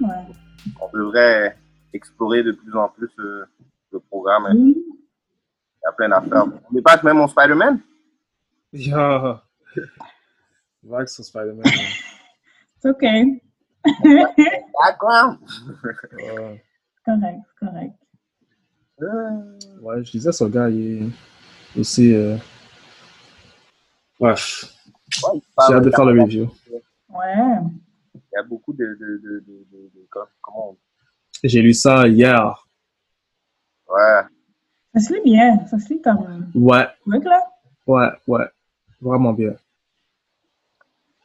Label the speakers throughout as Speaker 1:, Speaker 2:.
Speaker 1: on devrait explorer de plus en plus euh, le programme. hein.
Speaker 2: Oui.
Speaker 1: Il y a plein d'affaires. On dépasse même mon Spider-Man.
Speaker 3: Ja. Vague sur Spider-Man.
Speaker 2: It's okay.
Speaker 1: D'accord.
Speaker 3: Ouais.
Speaker 2: correct, correct.
Speaker 1: Euh,
Speaker 3: Ouais, je disais, ce gars, il est aussi. euh, Ouais, j'ai
Speaker 1: ouais, il parle-
Speaker 3: hâte de faire le review.
Speaker 2: Ouais.
Speaker 1: Il y a beaucoup de. de, de, de, de- de- com- comment
Speaker 3: J'ai lu ça hier.
Speaker 1: on... Ouais.
Speaker 2: Ça se lit bien. Ça se lit comme
Speaker 3: Ouais,
Speaker 2: truc, là.
Speaker 3: ouais, ouais. Vraiment bien.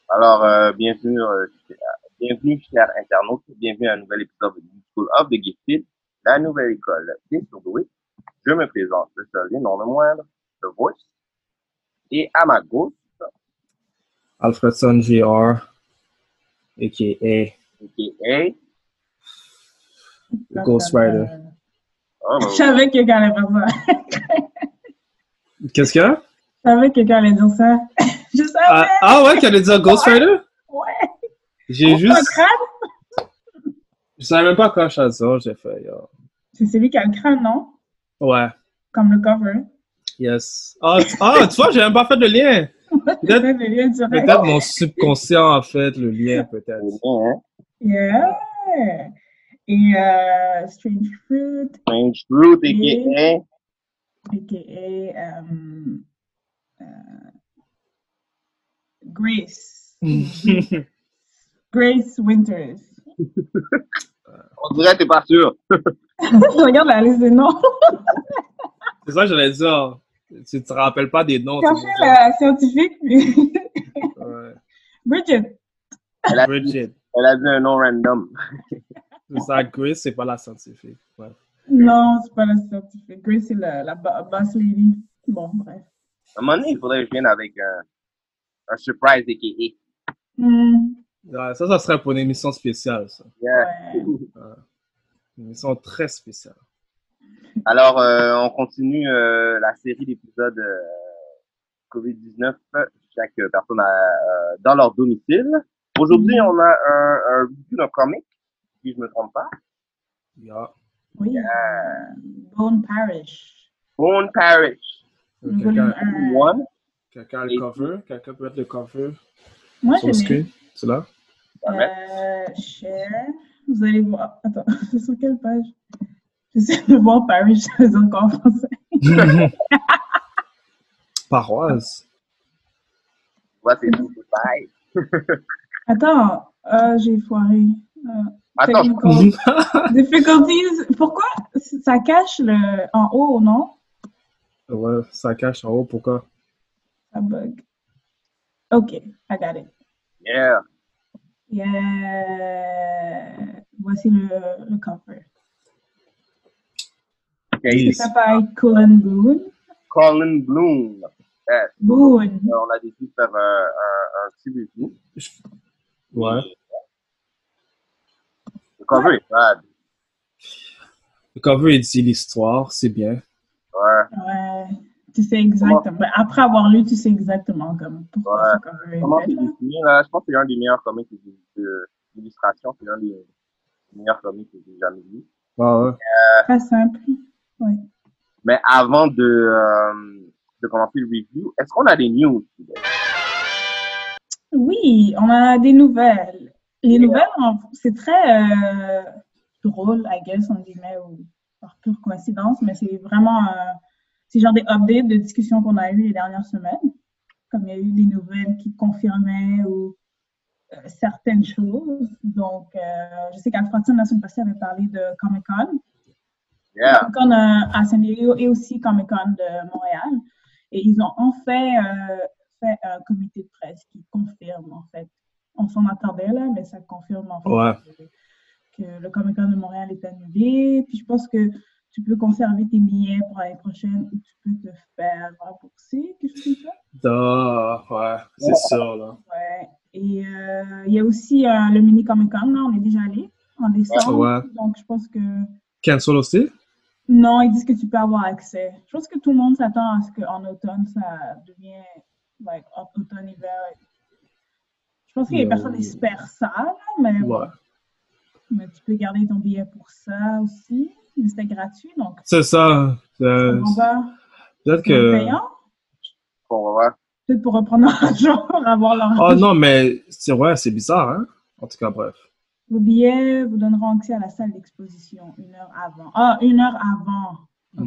Speaker 1: Alors, euh, bienvenue, euh, ch- bienvenue, chers internautes. Bienvenue à un nouvel épisode de Geek School of the Gifted, la nouvelle école des surdoués. Je me présente, le seul et non le moindre, The Voice. Et à ma gauche,
Speaker 3: Alfredson Jr. A.K.A.
Speaker 1: qui est.
Speaker 3: Ghost Rider.
Speaker 1: Oh,
Speaker 2: Je savais que quelqu'un allait faire ça.
Speaker 3: Qu'est-ce qu'il y a?
Speaker 2: Je savais que quelqu'un allait dire ça. Je savais.
Speaker 3: Ah, ah ouais, qu'elle a dit Ghost Rider?
Speaker 2: Ouais.
Speaker 3: J'ai
Speaker 2: Pas
Speaker 3: juste.
Speaker 2: crâne.
Speaker 3: Je savais même pas quand je faisais ça, j'ai fait. yo.
Speaker 2: C'est celui qui a le crâne, non?
Speaker 3: Ouais,
Speaker 2: Comme le cover.
Speaker 3: yes. Ah, tu- ah, tu vois, j'ai même pas fait de lien.
Speaker 2: C'est ça, le lien direct.
Speaker 3: Peut-être mon subconscient a fait le lien, peut-être.
Speaker 1: c'est bien, hein?
Speaker 2: Yeah. Et euh, Strange Fruit,
Speaker 1: Strange Fruit, a.k.a.
Speaker 2: a.k.a. um, euh, Grace. Grace Winters.
Speaker 1: On dirait que t'es pas sûr.
Speaker 2: Je regarde la liste des noms.
Speaker 3: C'est ça que j'allais dire. Tu te rappelles pas des noms.
Speaker 2: Cherchez
Speaker 3: tu vois.
Speaker 2: la scientifique. puis-
Speaker 3: Ouais.
Speaker 2: Bridget.
Speaker 1: Elle a, dit,
Speaker 3: Bridget.
Speaker 1: elle a dit un nom random.
Speaker 3: C'est ça, Grace, c'est pas la scientifique. Ouais.
Speaker 2: Non, c'est pas la scientifique. Grace, c'est la, la ba- boss lady. Bon, bref.
Speaker 1: À un moment donné, il faudrait que je vienne avec un, un surprise a.k.a.
Speaker 2: Hmm,
Speaker 3: Ouais, ça, ça serait pour une émission spéciale. Ça.
Speaker 1: Yeah.
Speaker 2: ouais.
Speaker 3: Une émission très spéciale.
Speaker 1: Alors, euh, on continue euh, la série d'épisodes euh, COVID-19. Chaque euh, personne a, euh, dans leur domicile. Aujourd'hui, on a un, un review d'un comic, si je me trompe pas.
Speaker 3: Yeah.
Speaker 2: Oui. Bone Parish. uh,
Speaker 1: Bone Parish
Speaker 2: Volume
Speaker 3: Quelqu'un
Speaker 2: 1.
Speaker 1: One.
Speaker 3: quelqu'un a le cover Quelqu'un peut être le cover
Speaker 2: Moi,
Speaker 3: sur le
Speaker 2: je l'ai.
Speaker 3: screen C'est là
Speaker 2: Euh, share. Vous allez voir. Attends, c'est sur quelle page? J'essaie de voir Parish, je les ai encore en français.
Speaker 3: Paroisse.
Speaker 1: Ouais, c'est c'est pareil.
Speaker 2: Attends, euh, j'ai foiré. Euh,
Speaker 1: Attends, je-
Speaker 2: Technical difficulties. Pourquoi ça cache le en haut, non?
Speaker 3: ouais, ça cache en haut. Pourquoi
Speaker 2: Ça bug. OK, I got it.
Speaker 1: yeah.
Speaker 2: Yeah. Voici le, le cover.
Speaker 1: Okay.
Speaker 2: Ça by Cullen Boone.
Speaker 1: Colin Bloom. Yes.
Speaker 2: Boone.
Speaker 1: Euh, on a décidé de faire euh, un, un petit review.
Speaker 3: Ouais.
Speaker 1: Le cover est bad.
Speaker 3: Le cover, il dit l'histoire, c'est bien.
Speaker 1: Ouais.
Speaker 2: Ouais. Tu sais exactement. ben, Après avoir lu, tu sais exactement comme pourquoi
Speaker 1: Ouais.
Speaker 2: ce cover
Speaker 1: Comment
Speaker 2: est fait.
Speaker 1: c'est
Speaker 2: là.
Speaker 1: dessiné, là? Je pense que c'est un des meilleurs comics que j'ai- de- d'illustration. C'est un des meilleurs comics que j'ai jamais vu.
Speaker 3: Ah ouais.
Speaker 2: Très simple.
Speaker 1: Mais avant de, euh, de commencer le review, est-ce qu'on a des news?
Speaker 2: Oui, on a des nouvelles. Les nouvelles, on- c'est très euh, drôle, I guess, on guillemets, ou par pure coïncidence, mais c'est vraiment, euh, c'est genre des updates de discussions qu'on a eues les dernières semaines. Comme il y a eu des nouvelles qui confirmaient ou euh, certaines choses. Donc, euh, je sais qu'Alfredson, la semaine passée, avait parlé de Comic-Con.
Speaker 1: Yeah.
Speaker 2: Comic-Con euh, à San Diego et aussi Comic-Con de Montréal. Et ils ont en fait, euh, fait un comité de presse qui confirme, en fait. On s'en attendait, là, mais ça confirme, en fait,
Speaker 3: Ouais.
Speaker 2: que, que le Comic Con de Montréal est annulé. Puis je pense que tu peux conserver tes billets pour l'année prochaine ou tu peux te faire rembourser, quelque chose comme ça.
Speaker 3: Ah, ouais, c'est sûr, là.
Speaker 2: Ouais. Et euh, il y a aussi euh, le mini Comic Con, là, on est déjà allé en décembre.
Speaker 3: Ouais.
Speaker 2: Donc, je pense que.
Speaker 3: Cancel aussi?
Speaker 2: Non, ils disent que tu peux avoir accès. Je pense que tout le monde s'attend à ce qu'en automne, ça devient. Like, en automne, hiver. Je pense que les
Speaker 3: Euh,
Speaker 2: personnes espèrent ça, là, mais,
Speaker 3: Ouais.
Speaker 2: mais tu peux garder ton billet pour ça aussi. Mais c'était gratuit, donc.
Speaker 3: C'est ça.
Speaker 2: ça
Speaker 3: euh,
Speaker 2: m'en va.
Speaker 3: Peut-être
Speaker 2: C'est
Speaker 3: que.
Speaker 2: payant.
Speaker 1: Bon, on va voir.
Speaker 2: Peut-être pour reprendre leur argent, pour avoir leur
Speaker 3: Oh non, mais c'est ouais, c'est bizarre, hein? En tout cas, bref.
Speaker 2: Vos billets vous donneront accès à la salle d'exposition une heure avant. Ah, une heure avant.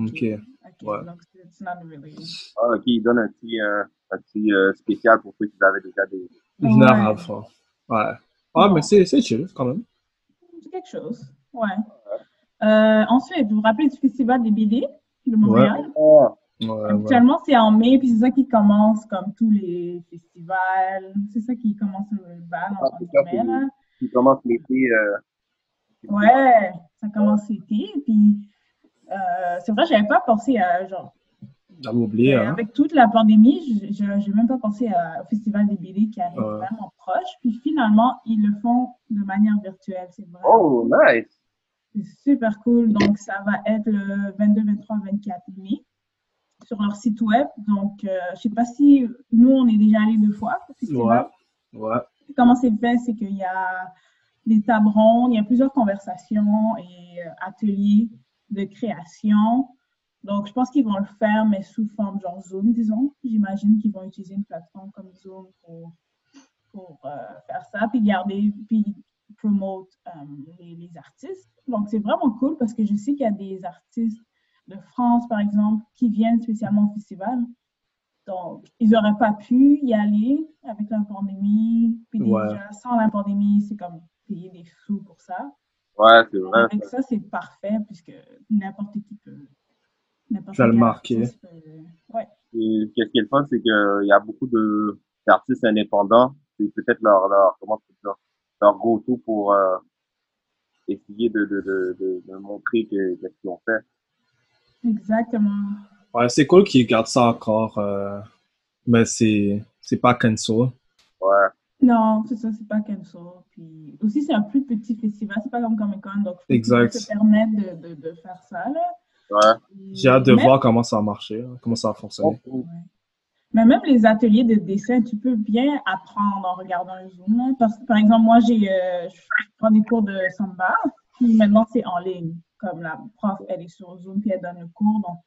Speaker 3: Ok.
Speaker 2: Ok,
Speaker 3: Ouais.
Speaker 2: donc c'est it's not really.
Speaker 1: Ah, ok, il donne un petit, euh, un petit euh, spécial pour ceux qui avaient déjà des.
Speaker 3: Une heure
Speaker 2: Ouais.
Speaker 3: avant. hein. Ouais. Ah,
Speaker 2: Non.
Speaker 3: mais c'est c'est chill, quand même.
Speaker 2: C'est quelque chose. Ouais. Euh, ensuite, vous vous rappelez du festival des BD de Montréal?
Speaker 1: Ah,
Speaker 3: Ouais, ouais.
Speaker 2: Habituellement, c'est en mai, puis c'est ça qui commence comme tous les festivals. C'est ça qui commence le bal en,
Speaker 1: Ah,
Speaker 2: en
Speaker 1: c'est ça,
Speaker 2: mai, là.
Speaker 1: qui commence l'été. Euh,
Speaker 2: Ouais, ça commence l'été, puis euh, c'est vrai, j'avais pas pensé à genre
Speaker 3: J'avais oublié,
Speaker 2: Euh,
Speaker 3: hein?
Speaker 2: Avec toute la pandémie, je n'ai même pas pensé à- au Festival des BD qui arrive
Speaker 3: Ouais.
Speaker 2: vraiment proche. Puis finalement, ils le font de manière virtuelle. C'est vrai.
Speaker 1: Oh, nice!
Speaker 2: C'est super cool. Donc, ça va être le 22, 23, 24 mai sur leur site web. Donc, euh, je sais pas si nous, on est déjà allés deux fois au festival.
Speaker 3: Ouais. Ouais.
Speaker 2: Comment c'est fait, c'est qu'il y a des tables rondes, il y a plusieurs conversations et euh, ateliers de création. Donc, je pense qu'ils vont le faire, mais sous forme genre Zoom, disons. J'imagine qu'ils vont utiliser une plateforme comme Zoom pour, pour euh, faire ça, puis garder, puis promote euh, les, les artistes. Donc, c'est vraiment cool parce que je sais qu'il y a des artistes de France, par exemple, qui viennent spécialement au festival. Donc, ils n'auraient pas pu y aller avec la pandémie. Puis
Speaker 3: Ouais.
Speaker 2: déjà, sans la pandémie, c'est comme payer des sous pour ça.
Speaker 1: Ouais, c'est vrai.
Speaker 2: Avec ça, c'est parfait puisque n'importe qui peut. n'importe
Speaker 3: Je vais le
Speaker 2: quel
Speaker 3: marquer.
Speaker 2: artiste peut- Ouais.
Speaker 1: Et Qu'est-ce qui est le fun, c'est qu'il y a beaucoup de d'artistes indépendants. C'est peut-être leur, leur, comment on peut dire, leur gros tout pour euh, essayer de, de, de, de, de montrer que- qu'est-ce qu'ils ont fait.
Speaker 2: Exactement.
Speaker 3: Ouais, c'est cool qu'ils gardent ça encore, euh, mais c'est c'est pas cancel.
Speaker 1: Ouais.
Speaker 2: Non, c'est ça, c'est pas comme ça. Puis aussi, c'est un plus petit festival, c'est pas comme Comic Con, donc faut
Speaker 3: Exact.
Speaker 2: se permettre de, de, de faire ça. Là.
Speaker 1: Ouais.
Speaker 3: J'ai hâte de
Speaker 2: Mais-
Speaker 3: voir comment ça a marché, hein, comment ça a fonctionné.
Speaker 2: Mais même les ateliers de dessin, tu peux bien apprendre en regardant le Zoom. hein. Parce que, par exemple, moi, j'ai, euh, je prends des cours de samba, puis maintenant, c'est en ligne. Comme la prof, elle est sur Zoom, puis elle donne le cours. Donc,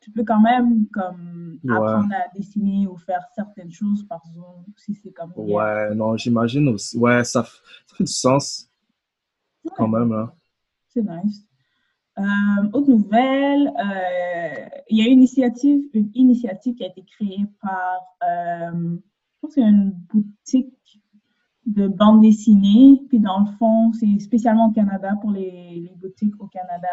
Speaker 2: tu peux quand même comme,
Speaker 3: Ouais.
Speaker 2: apprendre à dessiner ou faire certaines choses par Zoom, si c'est comme bien.
Speaker 3: Ouais, non, j'imagine aussi. Ouais, ça, f- ça fait du sens quand même, hein.
Speaker 2: C'est nice. Euh, autre nouvelle, euh, il y a une initiative, une initiative qui a été créée par, euh, je pense qu'il y a une boutique de bande dessinée. Puis dans le fond, c'est spécialement au Canada pour les, les boutiques au Canada.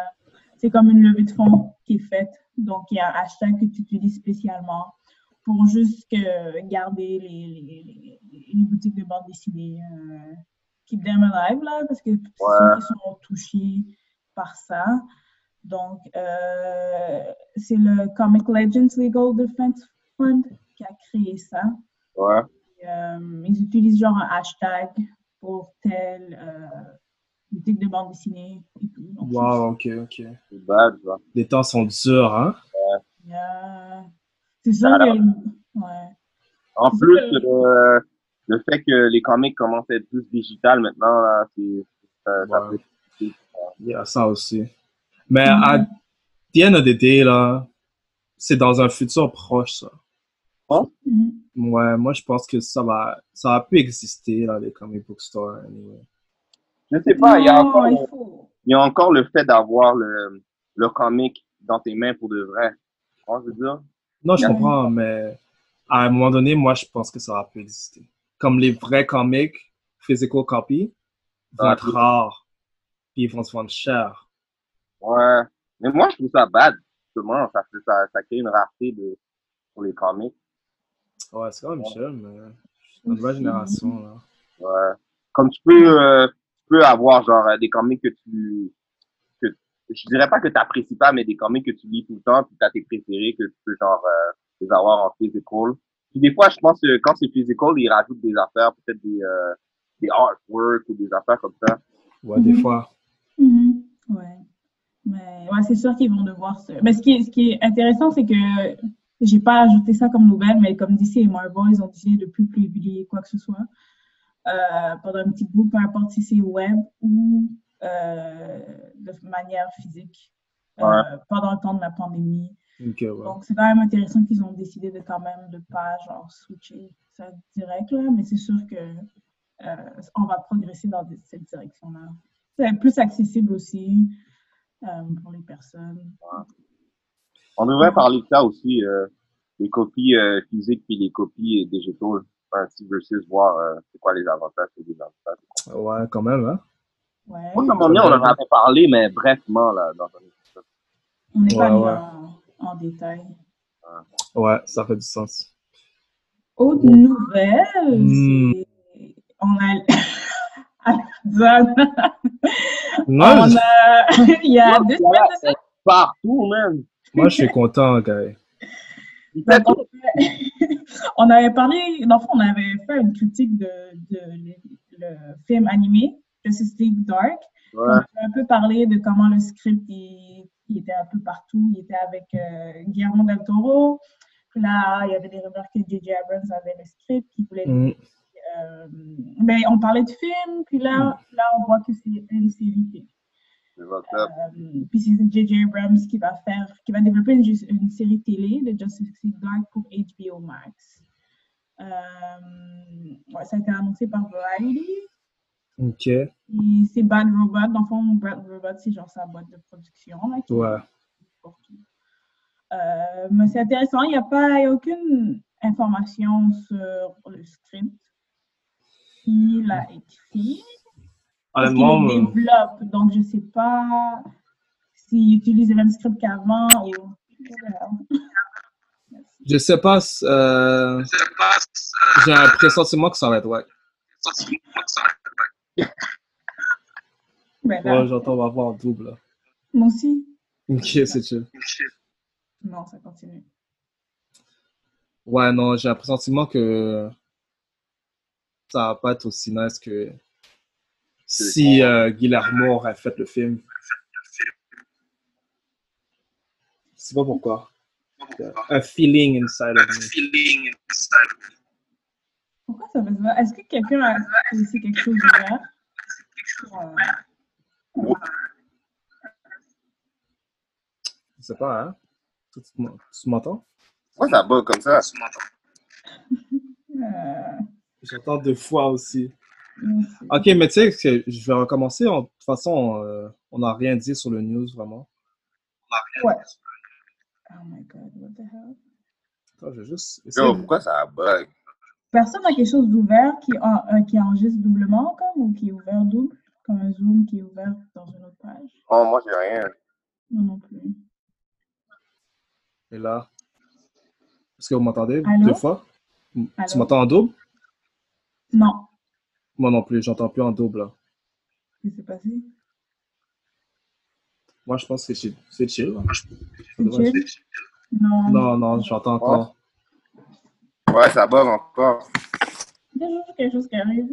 Speaker 2: C'est comme une levée de fonds qui est faite. Donc, il y a un hashtag que tu utilises spécialement pour juste que garder les, les, les- les boutiques de bande dessinée, euh, keep them alive, là, parce que c'est ceux qui sont touchés par ça. Donc, euh, c'est le Comic Legends Legal Defense Fund qui a créé ça.
Speaker 1: Ouais.
Speaker 2: Et, euh, ils utilisent genre un hashtag pour telle euh, boutique de bande dessinée et tout. Donc, c'est-
Speaker 3: Wow, ok, ok.
Speaker 1: C'est bad, ça.
Speaker 3: Les temps sont durs, hein?
Speaker 2: Yeah. C'est
Speaker 1: Ah,
Speaker 2: sûr que. Ouais.
Speaker 1: En
Speaker 2: C'est
Speaker 1: plus,
Speaker 2: vrai.
Speaker 1: euh, le fait que les comics commencent à être plus digital maintenant, là, c'est, euh, ça
Speaker 3: Ouais.
Speaker 1: peut-
Speaker 3: Il y a ça aussi. Mais à
Speaker 2: Mhm.
Speaker 3: the end of the day, là, c'est dans un futur proche, ça.
Speaker 2: Mhm.
Speaker 3: Ouais, moi, je pense que ça va, ça va plus exister, là, les comic book stores, anyway.
Speaker 1: je sais pas, il y a
Speaker 2: Non,
Speaker 1: encore,
Speaker 2: il faut.
Speaker 1: il y a encore le fait d'avoir le, le comic dans tes mains pour de vrai. Tu comprends ce que je veux dire?
Speaker 3: Non, je
Speaker 2: Ouais.
Speaker 3: comprends, mais à un moment donné, moi, je pense que ça va plus exister. Comme les vrais comics, physical copy, vont
Speaker 2: Ah,
Speaker 1: Ouais.
Speaker 3: être rares. Puis ils vont se vendre cher.
Speaker 1: Ouais. Mais moi, je trouve ça bad, justement. Ça, fait- ça, ça crée une rareté de, pour les comics.
Speaker 3: Ouais, c'est quand même chill, mais c'est une
Speaker 2: Mhm.
Speaker 3: nouvelle génération, là.
Speaker 1: Ouais. Comme tu peux, euh, tu peux avoir genre euh, des comics que tu que je dirais pas que tu n'apprécies pas, mais des comics que tu lis tout le temps, puis t'as tes préférés que tu peux genre euh, les avoir en physical. Puis des fois, je pense que quand c'est physical, ils rajoutent des affaires, peut-être des euh, des artworks ou des affaires comme ça.
Speaker 3: Ouais, des
Speaker 2: Mhm.
Speaker 3: fois.
Speaker 2: Mhm. Ouais. Mais ouais, c'est sûr qu'ils vont devoir se. Mais ce qui est, ce qui est intéressant, c'est que j'ai pas ajouté ça comme nouvelle, mais comme DC et Marvel, ils ont décidé de plus publier quoi que ce soit euh, pendant un petit bout, peu importe si c'est web ou euh, de manière physique euh,
Speaker 1: Ouais.
Speaker 2: pendant le temps de la pandémie.
Speaker 3: Ok, ouais.
Speaker 2: Donc c'est quand même intéressant qu'ils ont décidé de quand même de pas genre switcher ça direct là, mais c'est sûr que euh, on va progresser dans des- cette direction-là. C'est plus accessible aussi euh, pour les personnes.
Speaker 1: On devrait parler de ça aussi, euh, les copies euh, physiques puis les copies euh, digitales. Un petit versus, voir euh, c'est quoi les avantages et les avantages.
Speaker 3: Ouais, quand même, hein.
Speaker 2: Ouais.
Speaker 1: Moi, comme on est, on en avait parlé, mais brièvement, là, dans un épisode.
Speaker 2: On n'est pas
Speaker 3: Ouais,
Speaker 2: mis
Speaker 3: ouais.
Speaker 2: En, en détail.
Speaker 3: Ouais, ça fait du sens.
Speaker 2: Autre
Speaker 3: Ouais.
Speaker 2: nouvelle,
Speaker 3: Hmm.
Speaker 2: c'est on a Amazon. On
Speaker 3: Non, Ah, je-
Speaker 2: a il y a
Speaker 1: Non,
Speaker 2: Ah, deux
Speaker 1: voilà,
Speaker 2: semaines de ça.
Speaker 1: c'est Partout, man!
Speaker 3: moi, je suis content, gars.
Speaker 1: Il fait
Speaker 2: Donc,
Speaker 1: tout.
Speaker 2: on, on avait parlé, dans le fond, on avait fait une critique de, de le, le film animé Justice League Dark. On
Speaker 1: Ouais.
Speaker 2: a un peu parlé de comment le script il, il était un peu partout. Il était avec euh, Guillermo del Toro. Puis là, il y avait des rumeurs que J.J. Abrams avait le script, qu'il voulait
Speaker 3: Mhm.
Speaker 2: euh, ben, on parlait du film, puis là, là on voit que c'est une série. télé.
Speaker 1: C'est votre club.
Speaker 2: Euh, puis c'est J.J. Abrams qui va faire, qui va développer une, ju- une série télé de Justice League Dark pour HBO Max. Euh, ouais, ça a été annoncé par Variety.
Speaker 3: Ok,
Speaker 2: Et c'est Bad Robot. Dans le fond, Bad Robot, c'est genre sa boîte de production. Là, qui
Speaker 3: ouais.
Speaker 2: pour tout. Euh, mais c'est intéressant, il n'y a pas il y a aucune information sur le script. Qui l'a écrit? Parce qu'il
Speaker 3: Honnêtement,
Speaker 2: le
Speaker 3: euh,
Speaker 2: développe, donc je ne sais pas s'il utilise le même script qu'avant ou. euh, Merci.
Speaker 3: je sais pas, c- euh,
Speaker 2: euh,
Speaker 3: j'ai un pressentiment que ça va être ouais.
Speaker 2: Ben là,
Speaker 3: Ouais, j'entends, on va voir en double. là.
Speaker 2: Moi aussi.
Speaker 3: Ok, c'est chill.
Speaker 2: Non, ça continue.
Speaker 3: Ouais, non, j'ai un pressentiment que ça va pas être aussi nice que si euh, Guillermo aurait fait le film. Je sais pas pourquoi. Un feeling inside
Speaker 2: Euh,
Speaker 3: of me.
Speaker 2: Pourquoi ça fait ça? Est-ce que quelqu'un a laissé quelque chose ouvert? Euh,
Speaker 3: Je sais pas, hein? Tu tu m'en- tu m'entends?
Speaker 1: Pourquoi ça bug comme ça?
Speaker 2: euh,
Speaker 3: J'entends deux fois aussi.
Speaker 2: moi aussi.
Speaker 3: Ok, mais tu sais, que je vais recommencer. On- de toute façon, euh, on n'a rien dit sur le news vraiment.
Speaker 2: Ouais. Oh my god, what the hell?
Speaker 3: Attends, je vais juste essayer
Speaker 1: Yo,
Speaker 3: de-
Speaker 1: pourquoi ça bug?
Speaker 2: Personne n'a quelque chose d'ouvert qui, en- euh, qui enregistre doublement, comme, ou qui est ouvert double, comme un zoom qui est ouvert dans une autre page.
Speaker 1: Oh, moi, j'ai rien.
Speaker 2: Non, non plus.
Speaker 3: Et là, est-ce que vous m'entendez
Speaker 2: Allô?
Speaker 3: deux fois? M- Tu
Speaker 2: Allô?
Speaker 3: m'entends en double?
Speaker 2: Non.
Speaker 3: Moi non plus, j'entends plus en double. là.
Speaker 2: Qu'est-ce qui s'est passé?
Speaker 3: Moi, je pense que c'est c'est chill. là.
Speaker 2: C'est
Speaker 3: Ouais.
Speaker 2: chill? Non.
Speaker 3: Non, non, j'entends encore.
Speaker 1: Ouais, ça bug encore.
Speaker 2: Il y a toujours quelque chose qui arrive.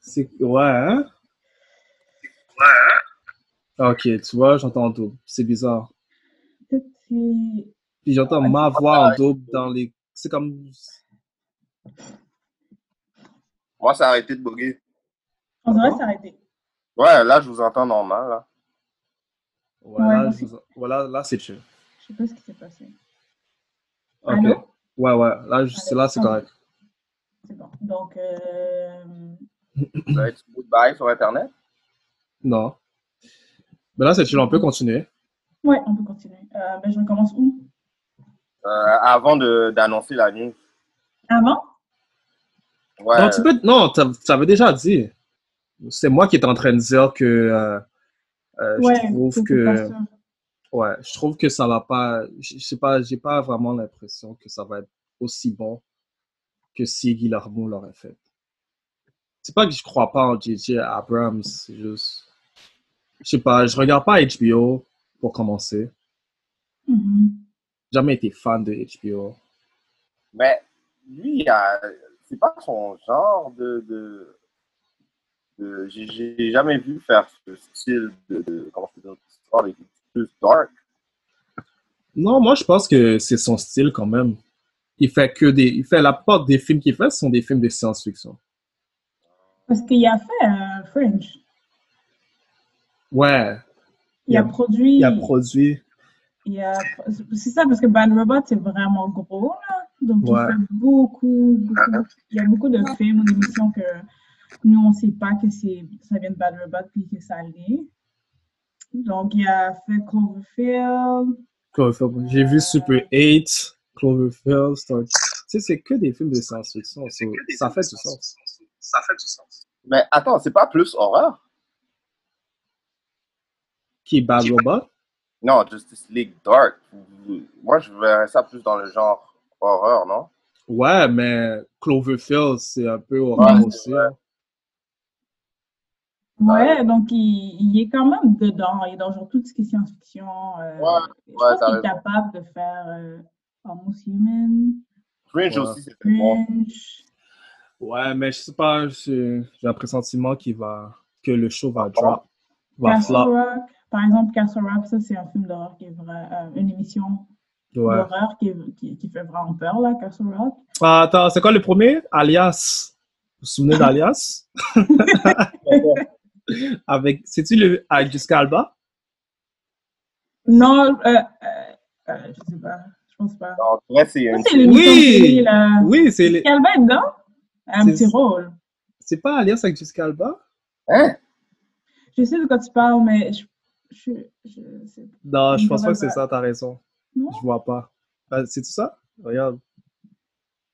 Speaker 3: C'est ouais, hein? Ouais. Ok, tu vois, j'entends en double. C'est bizarre.
Speaker 2: Peut-être c'est.
Speaker 3: Puis j'entends ma voix en double dans les. C'est comme.
Speaker 1: Moi, ça a arrêté de bugger.
Speaker 2: On devrait
Speaker 3: Pardon?
Speaker 2: s'arrêter.
Speaker 1: Ouais, là, je vous entends normal, hein. là.
Speaker 3: Voilà,
Speaker 2: Ouais.
Speaker 3: je vous- voilà, là c'est chill.
Speaker 2: Je sais pas ce qui s'est passé.
Speaker 3: Ok.
Speaker 2: Allô?
Speaker 3: Ouais, ouais, là, je- c'est là, c'est correct.
Speaker 2: C'est bon. Donc, euh...
Speaker 1: Vous avez du goodbye sur Internet?
Speaker 3: Non. Mais là, c'est chill, on peut continuer.
Speaker 2: ouais, on peut continuer. Euh, ben, je recommence où?
Speaker 1: Euh, avant de- d'annoncer la news.
Speaker 2: Avant?
Speaker 1: Ouais.
Speaker 3: Non, tu peux. Non, t'av- t'avais déjà dit. C'est moi qui étais en train de dire que euh, euh,
Speaker 2: ouais,
Speaker 3: je trouve
Speaker 2: c'était pas
Speaker 3: que.
Speaker 2: sûr.
Speaker 3: Ouais, je trouve que ça va pas. Je je sais pas, j'ai pas vraiment l'impression que ça va être aussi bon que si Guillermo l'aurait fait. C'est pas que je crois pas en J.J. Abrams, c'est juste. Je sais pas, je regarde pas HBO pour commencer.
Speaker 2: Mhm.
Speaker 3: J'ai Jamais été fan de HBO.
Speaker 1: Mais lui, euh, c'est pas son genre de. de, de- j'ai- J'ai jamais vu faire ce style de. de- comment je peux dire d'histoire des- plus dark.
Speaker 3: Non, moi je pense que c'est son style quand même. Il fait que des. Il fait la plupart des films qu'il fait ce sont des films de science-fiction.
Speaker 2: Parce qu'il a fait euh, Fringe.
Speaker 3: Ouais,
Speaker 2: Il,
Speaker 3: Il a-
Speaker 2: a produit.
Speaker 3: il a produit.
Speaker 2: il a- C'est ça, parce que Bad Robot, c'est vraiment gros, là. Donc,
Speaker 3: Ouais.
Speaker 2: il fait beaucoup, beaucoup, beaucoup- Il y a beaucoup de films ou d'émissions que nous, on ne sait pas que c'est- ça vient de Bad Robot puis que ça l'est. Donc, il a fait Cloverfield.
Speaker 3: Cloverfield. J'ai vu Super 8, Cloverfield, Star Tu sais, c'est que des films de science-fiction. so Ça fait du sens.
Speaker 4: Ça fait du sens.
Speaker 1: Mais attends, c'est pas plus horreur?
Speaker 3: Qui est Bad Robot?
Speaker 1: Non, Justice League Dark. Moi, je verrais ça plus dans le genre horreur, non?
Speaker 3: Ouais, mais Cloverfield, c'est un peu
Speaker 1: Ouais,
Speaker 3: horreur
Speaker 1: c'est
Speaker 3: aussi.
Speaker 1: vrai.
Speaker 3: hein.
Speaker 2: Ouais, donc il, il est quand même dedans. Il est dans genre, tout ce qui est science-fiction. euh,
Speaker 1: Ouais,
Speaker 2: je
Speaker 1: ouais,
Speaker 2: pense
Speaker 1: t'as
Speaker 2: qu'il est
Speaker 1: raison.
Speaker 2: capable de faire euh, Almost Human,
Speaker 1: Fringe
Speaker 3: Ouais.
Speaker 1: aussi, c'était bon.
Speaker 2: Fringe.
Speaker 3: Ouais, mais je sais pas, je- j'ai un pressentiment qu'il va, que le show va drop, va
Speaker 2: Castle
Speaker 3: flop.
Speaker 2: Rock, par exemple, Castle Rock, ça c'est un film d'horreur qui est vrai, euh, une émission
Speaker 3: Ouais.
Speaker 2: d'horreur qui, est- qui, qui fait vraiment peur, là, Castle Rock.
Speaker 3: Ah, attends, c'est quoi le premier? Alias. Vous vous souvenez d'Alias? Avec, c'est-tu le, avec Jessica Alba?
Speaker 2: Non, euh, euh, euh, je sais pas, je pense pas.
Speaker 1: En vrai, c'est
Speaker 2: Ça
Speaker 1: une
Speaker 2: c'est l'émission
Speaker 3: Oui!
Speaker 2: télé, là.
Speaker 3: Oui, c'est, le-
Speaker 2: Calvin est dedans? Un
Speaker 3: C'est-
Speaker 2: petit rôle.
Speaker 3: c'est pas Alias avec Jessica Alba?
Speaker 1: Hein?
Speaker 2: Je sais de quoi tu parles, mais je, je, je sais pas.
Speaker 3: Non, je
Speaker 2: Une
Speaker 3: pense pas que c'est
Speaker 2: nouvelle
Speaker 3: ça, t'as raison.
Speaker 2: Non?
Speaker 3: Je vois pas. c'est tout ça? Regarde.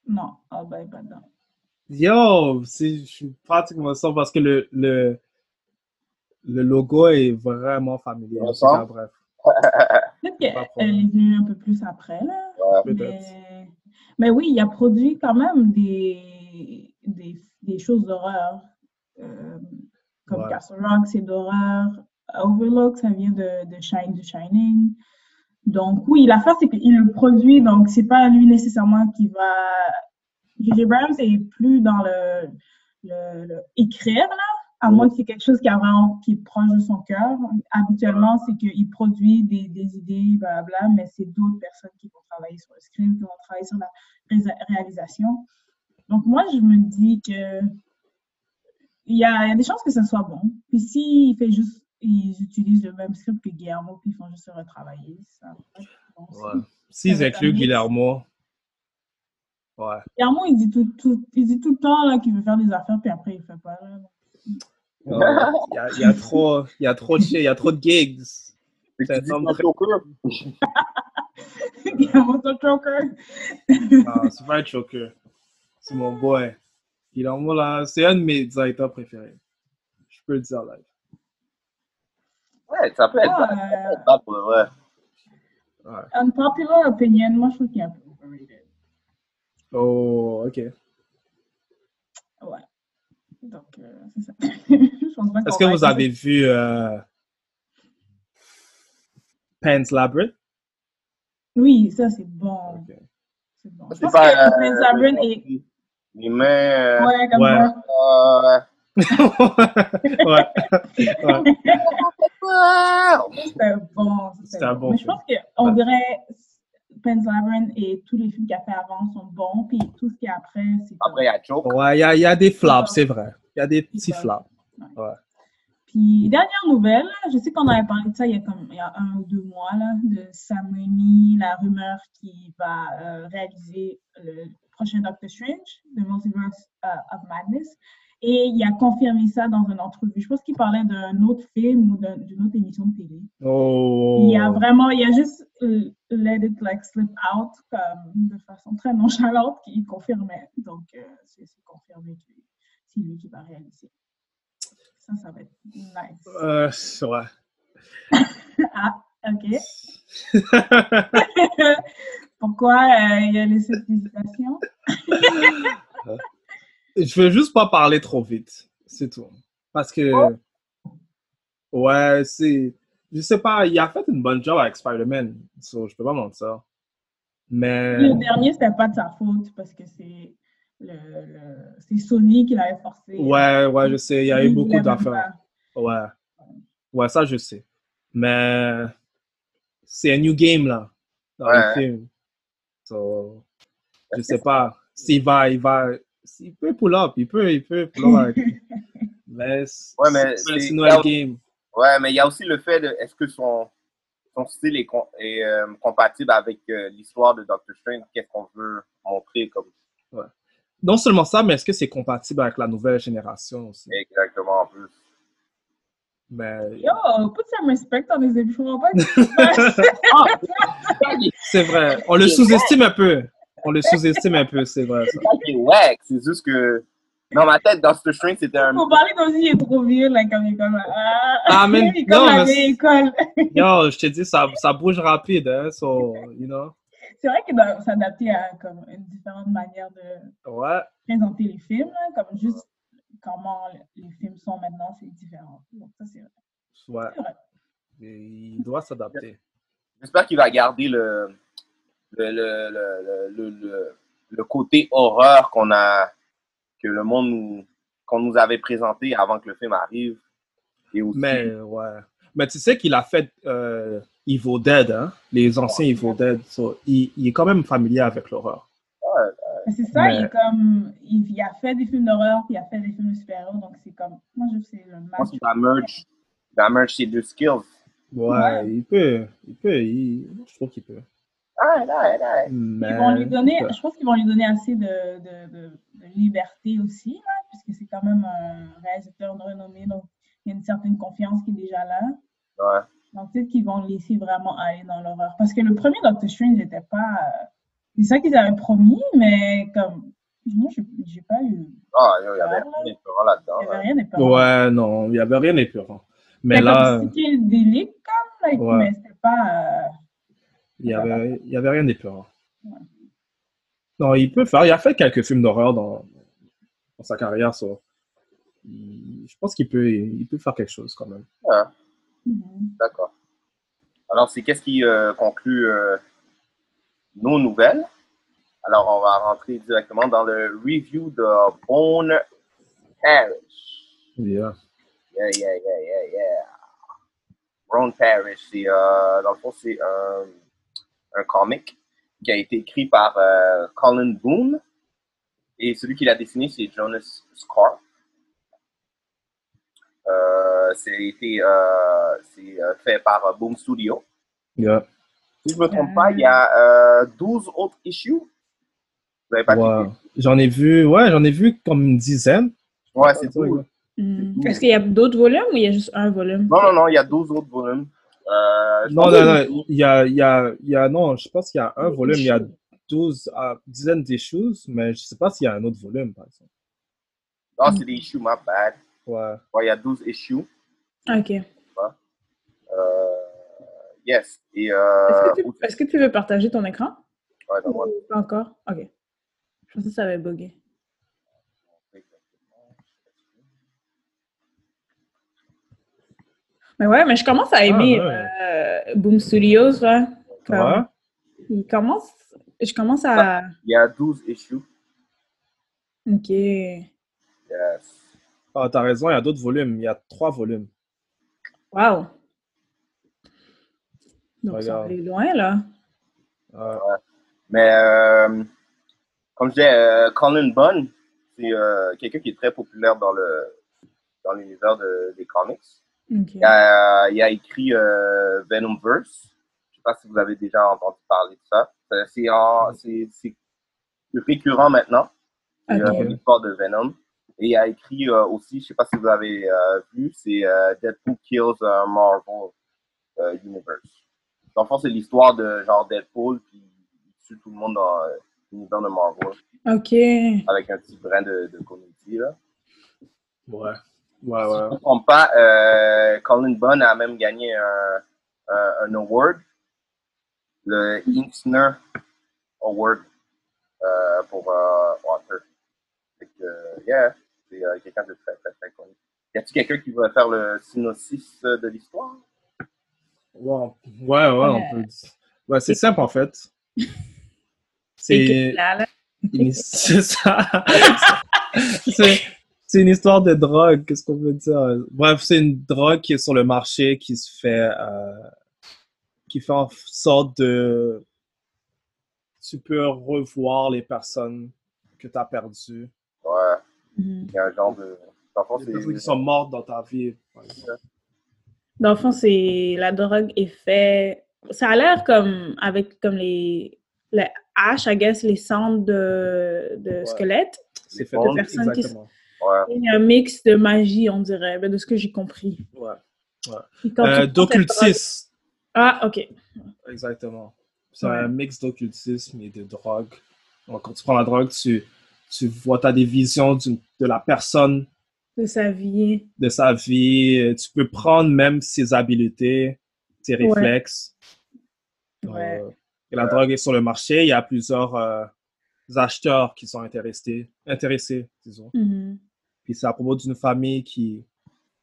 Speaker 2: Non, ah ben, il est pas dedans.
Speaker 3: Yo, c'est- je suis pratiquement ça parce que le, le, le logo est vraiment familier.
Speaker 1: D'accord.
Speaker 3: En tout cas, bref,
Speaker 2: Peut-être
Speaker 3: Pas
Speaker 2: qu'elle
Speaker 3: de problème.
Speaker 2: elle est venue un peu plus après, là.
Speaker 3: peut-être.
Speaker 2: Mais, mais oui, il a produit quand même des, des, des choses d'horreur. euh, comme
Speaker 3: Ouais.
Speaker 2: Castle Rock, c'est d'horreur. Overlook, ça vient de, de Shine, du Shining. Donc oui, l'affaire, c'est qu'il le produit, donc c'est pas lui nécessairement qui va... J.J. Abrams est plus dans le, le, le écrire, là, à moins que c'est quelque chose qui, a vraiment- qui est proche de son cœur. Habituellement, c'est qu'il produit des, des idées, blablabla, mais c'est d'autres personnes qui vont travailler sur le script, qui vont travailler sur la résa- réalisation. Donc moi, je me dis que il y a, il y a des chances que ça soit bon. Puis s'il fait juste, ils utilisent le même script que Guillermo, puis ils font juste le retravailler, ça va être bon aussi.
Speaker 3: Ouais. S'ils
Speaker 2: Avec un
Speaker 3: incluent
Speaker 2: mix.
Speaker 3: Guillermo, ouais.
Speaker 2: Guillermo, il dit tout, tout- il dit tout le temps là, qu'il veut faire des affaires, puis après, il fait pas. là.
Speaker 3: Non, Il y, a- il y a trop, il y a trop de shit, il y a trop de gigs.
Speaker 1: Fait que
Speaker 3: C'est
Speaker 1: tu
Speaker 3: un
Speaker 1: dis
Speaker 3: homme
Speaker 1: pas
Speaker 3: très-
Speaker 1: Joker.
Speaker 2: Guillermo the Joker.
Speaker 3: Ah, c'est pas un choker. C'est mon boy. Guillermo, là, c'est un de mes directeurs préférés. Je peux le dire live.
Speaker 1: Ouais, ça peut être
Speaker 2: Ah,
Speaker 1: bad, ça peut être bad pour le vrai.
Speaker 3: Ouais.
Speaker 2: Unpopular opinion, moi, je trouve qu'il est un peu overrated.
Speaker 3: Oh, ok.
Speaker 2: Ouais. Donc, euh, c'est ça. je pense pas
Speaker 3: Est-ce
Speaker 2: qu'on
Speaker 3: que
Speaker 2: va
Speaker 3: vous
Speaker 2: être-
Speaker 3: avez vu euh, Pan's Labyrinth?
Speaker 2: Oui, ça, c'est bon.
Speaker 3: Ok.
Speaker 2: C'est bon. Je
Speaker 1: C'est
Speaker 2: pense
Speaker 1: pas,
Speaker 2: que
Speaker 1: euh,
Speaker 2: Prince Labyrinth est.
Speaker 1: Les mains. euh,
Speaker 2: Ouais, comme
Speaker 3: Ouais.
Speaker 2: ça.
Speaker 1: euh,
Speaker 3: ouais. Ouais.
Speaker 1: wow!
Speaker 2: C'était bon.
Speaker 3: C'était un bon
Speaker 2: Mais je
Speaker 3: film.
Speaker 2: pense qu'on
Speaker 3: Ouais.
Speaker 2: dirait Pan's Labyrinth et tous les films qu'il a fait avant sont bons, puis tout ce qu'il y a après, c'est comme...
Speaker 1: Après, il y a Joke.
Speaker 3: Ouais, il y, a- il y a des flaps, c'est vrai. Il y a des petits flaps.
Speaker 2: Puis, dernière nouvelle, là, je sais qu'on avait parlé de ça il y a, comme, il y a un ou deux mois, là, de Sam Raimi, la rumeur qui va euh, réaliser le prochain Doctor Strange, The Multiverse euh, of Madness. Et il a confirmé ça dans une entrevue. Je pense qu'il parlait d'un autre film ou d'un- d'une autre émission de télé.
Speaker 3: Oh.
Speaker 2: Il y a vraiment, il y a juste euh, let it like slip out comme de façon très nonchalante qui confirmait. Donc, euh, c'est c'est confirmé que c'est lui qui va réaliser. Ça, ça va être nice.
Speaker 3: Euh, ouais.
Speaker 2: Ah,
Speaker 5: OK. Pourquoi euh, il y a les cette hésitation?
Speaker 3: Je veux juste pas parler trop vite, c'est tout. Parce que,
Speaker 2: Oh.
Speaker 3: ouais, c'est, je sais pas, il a fait une bonne job avec Spider-Man, so, je peux pas mentir. Mais,
Speaker 5: Le dernier, c'était pas de sa faute parce que c'est le, le- c'est Sony qui l'avait forcé.
Speaker 3: ouais, ouais, je sais, il y a eu
Speaker 5: Il
Speaker 3: beaucoup
Speaker 5: l'avait
Speaker 3: d'affaires.
Speaker 5: pas.
Speaker 3: Ouais. Ouais, ça, je sais. Mais c'est un new game, là, dans
Speaker 1: Ouais.
Speaker 3: le film. So, je sais pas s'il va, il va, s'il peut pull up, il peut, il peut pull up avec. Mais c'est
Speaker 1: Ouais, mais
Speaker 3: c'est
Speaker 1: c'est-
Speaker 3: un nouvel game.
Speaker 1: Ouais, mais il y a aussi le fait de est-ce que son, son style est, com- est, euh, compatible avec euh, l'histoire de Doctor Strange, qu'est-ce qu'on veut montrer comme
Speaker 3: Non seulement ça, mais est-ce que c'est compatible avec la nouvelle génération aussi?
Speaker 1: exactement en plus.
Speaker 3: Mais
Speaker 5: Yo, put some respect on les épisodes.
Speaker 3: c'est vrai, on le sous-estime un peu. On le sous-estime un peu, c'est vrai. Ça.
Speaker 1: Ok, ouais, c'est juste que dans ma tête, Doctor Strange, c'était un.
Speaker 5: Faut parler comme s'il est trop vieux, là, comme il est comme. Ah,
Speaker 3: Ah, mais
Speaker 5: il est comme
Speaker 3: non,
Speaker 5: à
Speaker 3: mais-
Speaker 5: vieille école.
Speaker 3: Yo, je te dis, ça, ça bouge rapide, hein, so, you know.
Speaker 5: C'est vrai qu'il doit s'adapter à comme, une différente manière de
Speaker 3: Ouais.
Speaker 5: présenter les films, là, comme juste comment les films sont maintenant, c'est différent. Donc, ça, c'est vrai.
Speaker 3: Ouais.
Speaker 5: C'est vrai.
Speaker 3: Il doit s'adapter.
Speaker 1: J'espère qu'il va garder le, le, le, le, le, le- le- le côté horreur qu'on a, que le monde nous, qu'on nous avait présenté avant que le film arrive. Et aussi,
Speaker 3: Mais ouais. Mais tu sais qu'il a fait euh, Evil Dead, hein? les anciens Evil Dead. so, il, il est quand même familier avec l'horreur.
Speaker 5: Mais c'est ça,
Speaker 3: Mais-
Speaker 5: il est comme. Il, il a fait des films d'horreur, puis il a fait des films de super-héros, donc c'est comme. Moi, je sais, le
Speaker 1: je
Speaker 5: match.
Speaker 1: pense qu'il va merge, il va merge ses deux skills.
Speaker 3: Ouais,
Speaker 5: Ouais.
Speaker 3: il peut. Il peut. il- je trouve qu'il peut.
Speaker 1: Ah, là, là.
Speaker 3: Mais,
Speaker 5: Ils vont lui donner,
Speaker 3: ouais.
Speaker 5: je pense qu'ils vont lui donner assez de, de, de, de liberté aussi, là, puisque c'est quand même un réalisateur de renommée, donc il y a une certaine confiance qui est déjà là.
Speaker 1: Ouais.
Speaker 5: Donc peut-être qu'ils vont le laisser vraiment aller dans l'horreur. Parce que le premier Doctor Strange n'était pas. euh, C'est ça qu'ils avaient promis, mais comme. Moi, j'ai- j'ai pas eu.
Speaker 1: Ah, il y avait rien d'épeurant là-dedans.
Speaker 5: Il
Speaker 2: Eh
Speaker 5: n'y avait
Speaker 2: ben.
Speaker 1: là.
Speaker 5: rien de pas.
Speaker 3: Ouais, non, il n'y avait rien d'épeurant. Mais
Speaker 5: C'était
Speaker 3: là,
Speaker 5: hein. comme psychédélique, comme, like,
Speaker 3: Ouais.
Speaker 5: mais c'était pas. euh,
Speaker 3: il n'y avait, il y avait rien d'épeurant. Non, il peut faire. Il a fait quelques films d'horreur dans, dans sa carrière. so, il- je pense qu'il peut, il peut faire quelque chose quand même.
Speaker 5: mhm.
Speaker 1: D'accord. Alors, c'est qu'est-ce qui euh, conclut euh, nos nouvelles. Alors, on va rentrer directement dans le review de Bone Parish.
Speaker 3: Yeah.
Speaker 1: Yeah, yeah, yeah, yeah, yeah. Ron Parrish, c'est, euh, dans le fond, c'est un, un comic qui a été écrit par euh, Colin Boone. Et celui qui l'a dessiné, c'est Jonas Scarp. Euh, c'est été, euh, c'est, euh, fait par euh, Boom Studio.
Speaker 3: Yeah.
Speaker 1: Si je ne me trompe pas, il y
Speaker 3: Ah.
Speaker 1: a euh, 12 autres issues. Vous n'avez pas
Speaker 3: Ouais.
Speaker 1: cliqué?
Speaker 3: J'en ai vu, ouais, j'en ai vu comme une dizaine.
Speaker 1: Ouais, c'est tout.
Speaker 2: Hmm. Est-ce qu'il y a d'autres volumes ou il y a juste un volume?
Speaker 1: Non, non, non, il y a 12 autres volumes. Euh, je
Speaker 3: Non,
Speaker 1: pense
Speaker 3: non,
Speaker 1: que-
Speaker 3: non, il y a, il y a, il y a, non, je pense qu'il y a un volume, il y a 12 à dizaines des choses, mais je sais pas s'il y a un autre volume, par exemple.
Speaker 1: Ah, c'est des issues, my bad.
Speaker 3: Ouais.
Speaker 1: Ouais, il y a 12 issues.
Speaker 2: Ah, Ok.
Speaker 1: Euh, yes. Et
Speaker 2: Est-ce
Speaker 1: euh,
Speaker 2: que, tu- est-ce que tu veux partager ton écran?
Speaker 1: ouais, non, ouais.
Speaker 2: Ou Pas encore? Ok. Je pensais que ça avait bugué. Mais ouais, mais je commence à aimer
Speaker 3: Ah, ouais.
Speaker 2: euh, Boom Studios, là. Comme,
Speaker 3: Ouais.
Speaker 2: il commence, je commence à...
Speaker 1: il y a 12 issues.
Speaker 2: Ok.
Speaker 1: Yes.
Speaker 3: Ah, t'as raison, il y a d'autres volumes, il y a trois volumes.
Speaker 2: Wow. Donc, ça
Speaker 3: Regarde.
Speaker 2: va aller loin, là.
Speaker 3: Ouais.
Speaker 1: Mais euh, comme je disais, euh, Colin Bunn, c'est euh, quelqu'un qui est très populaire dans le dans l'univers de- des comics.
Speaker 2: Ok.
Speaker 1: Il a, il a écrit euh, Venomverse. Je sais pas si vous avez déjà entendu parler de ça. Euh, C'est en- c'est- c'est récurrent maintenant. C'est,
Speaker 2: Ok.
Speaker 1: euh, l'histoire de Venom. Et il a écrit euh, aussi, je sais pas si vous avez euh, vu, c'est euh, Deadpool Kills euh, Marvel euh, Universe. Dans le fond, c'est l'histoire de genre Deadpool qui tue tout le monde dans euh, l'univers de Marvel
Speaker 2: Ok.
Speaker 1: avec un petit brin de, de comédie. Là.
Speaker 3: Ouais. Ouais, ouais.
Speaker 1: Si je ne me trompe pas, euh, Colin Bunn a même gagné un, euh, un award, le Insner Award euh, pour euh, Walker. Fait que, euh, yeah, c'est euh, quelqu'un de très, très, très connu. Y a-t-il quelqu'un qui va faire le synopsis euh, de l'histoire?
Speaker 3: Ouais, ouais, on peut. Ouais, c'est simple en fait.
Speaker 2: C'est
Speaker 3: C'est
Speaker 2: là, là.
Speaker 3: une- c'est ça. C'est- c'est une histoire de drogue. Qu'est-ce qu'on veut dire? Bref, c'est une drogue qui est sur le marché qui se fait. euh, qui fait en sorte de. Tu peux revoir les personnes que tu as perdues.
Speaker 1: Ouais,
Speaker 2: Mhm.
Speaker 1: y a un genre de. Dans le fond,
Speaker 3: Les
Speaker 1: c'est-
Speaker 3: personnes qui sont mortes dans ta vie. par exemple.
Speaker 2: Dans le fond, c'est la drogue est fait. Ça a l'air comme avec comme les, les haches, I guess, les cendres de, de
Speaker 3: Ouais.
Speaker 2: squelettes.
Speaker 3: C'est fait
Speaker 1: Des
Speaker 2: personnes qui-
Speaker 3: Exactement.
Speaker 1: Ouais.
Speaker 2: Il y a un mix de magie, on dirait, ben, de ce que j'ai compris.
Speaker 3: Ouais.
Speaker 2: Puis quand tu
Speaker 3: Euh,
Speaker 2: prends cette drogue-
Speaker 3: D'occultistes.
Speaker 2: Ah, ok.
Speaker 3: Exactement. C'est
Speaker 2: Ouais.
Speaker 3: un mix d'occultisme et de drogue. Donc, quand tu prends la drogue, tu, tu vois, tu as des visions d'une- de la personne,
Speaker 2: De sa vie.
Speaker 3: de sa vie. Euh, Tu peux prendre même ses habiletés, ses
Speaker 2: Ouais.
Speaker 3: réflexes.
Speaker 2: Ouais.
Speaker 3: Euh, et la drogue est sur le marché. Il y a plusieurs euh, acheteurs qui sont intéressés, intéressés, disons.
Speaker 2: Mhm.
Speaker 3: Puis c'est à propos d'une famille qui...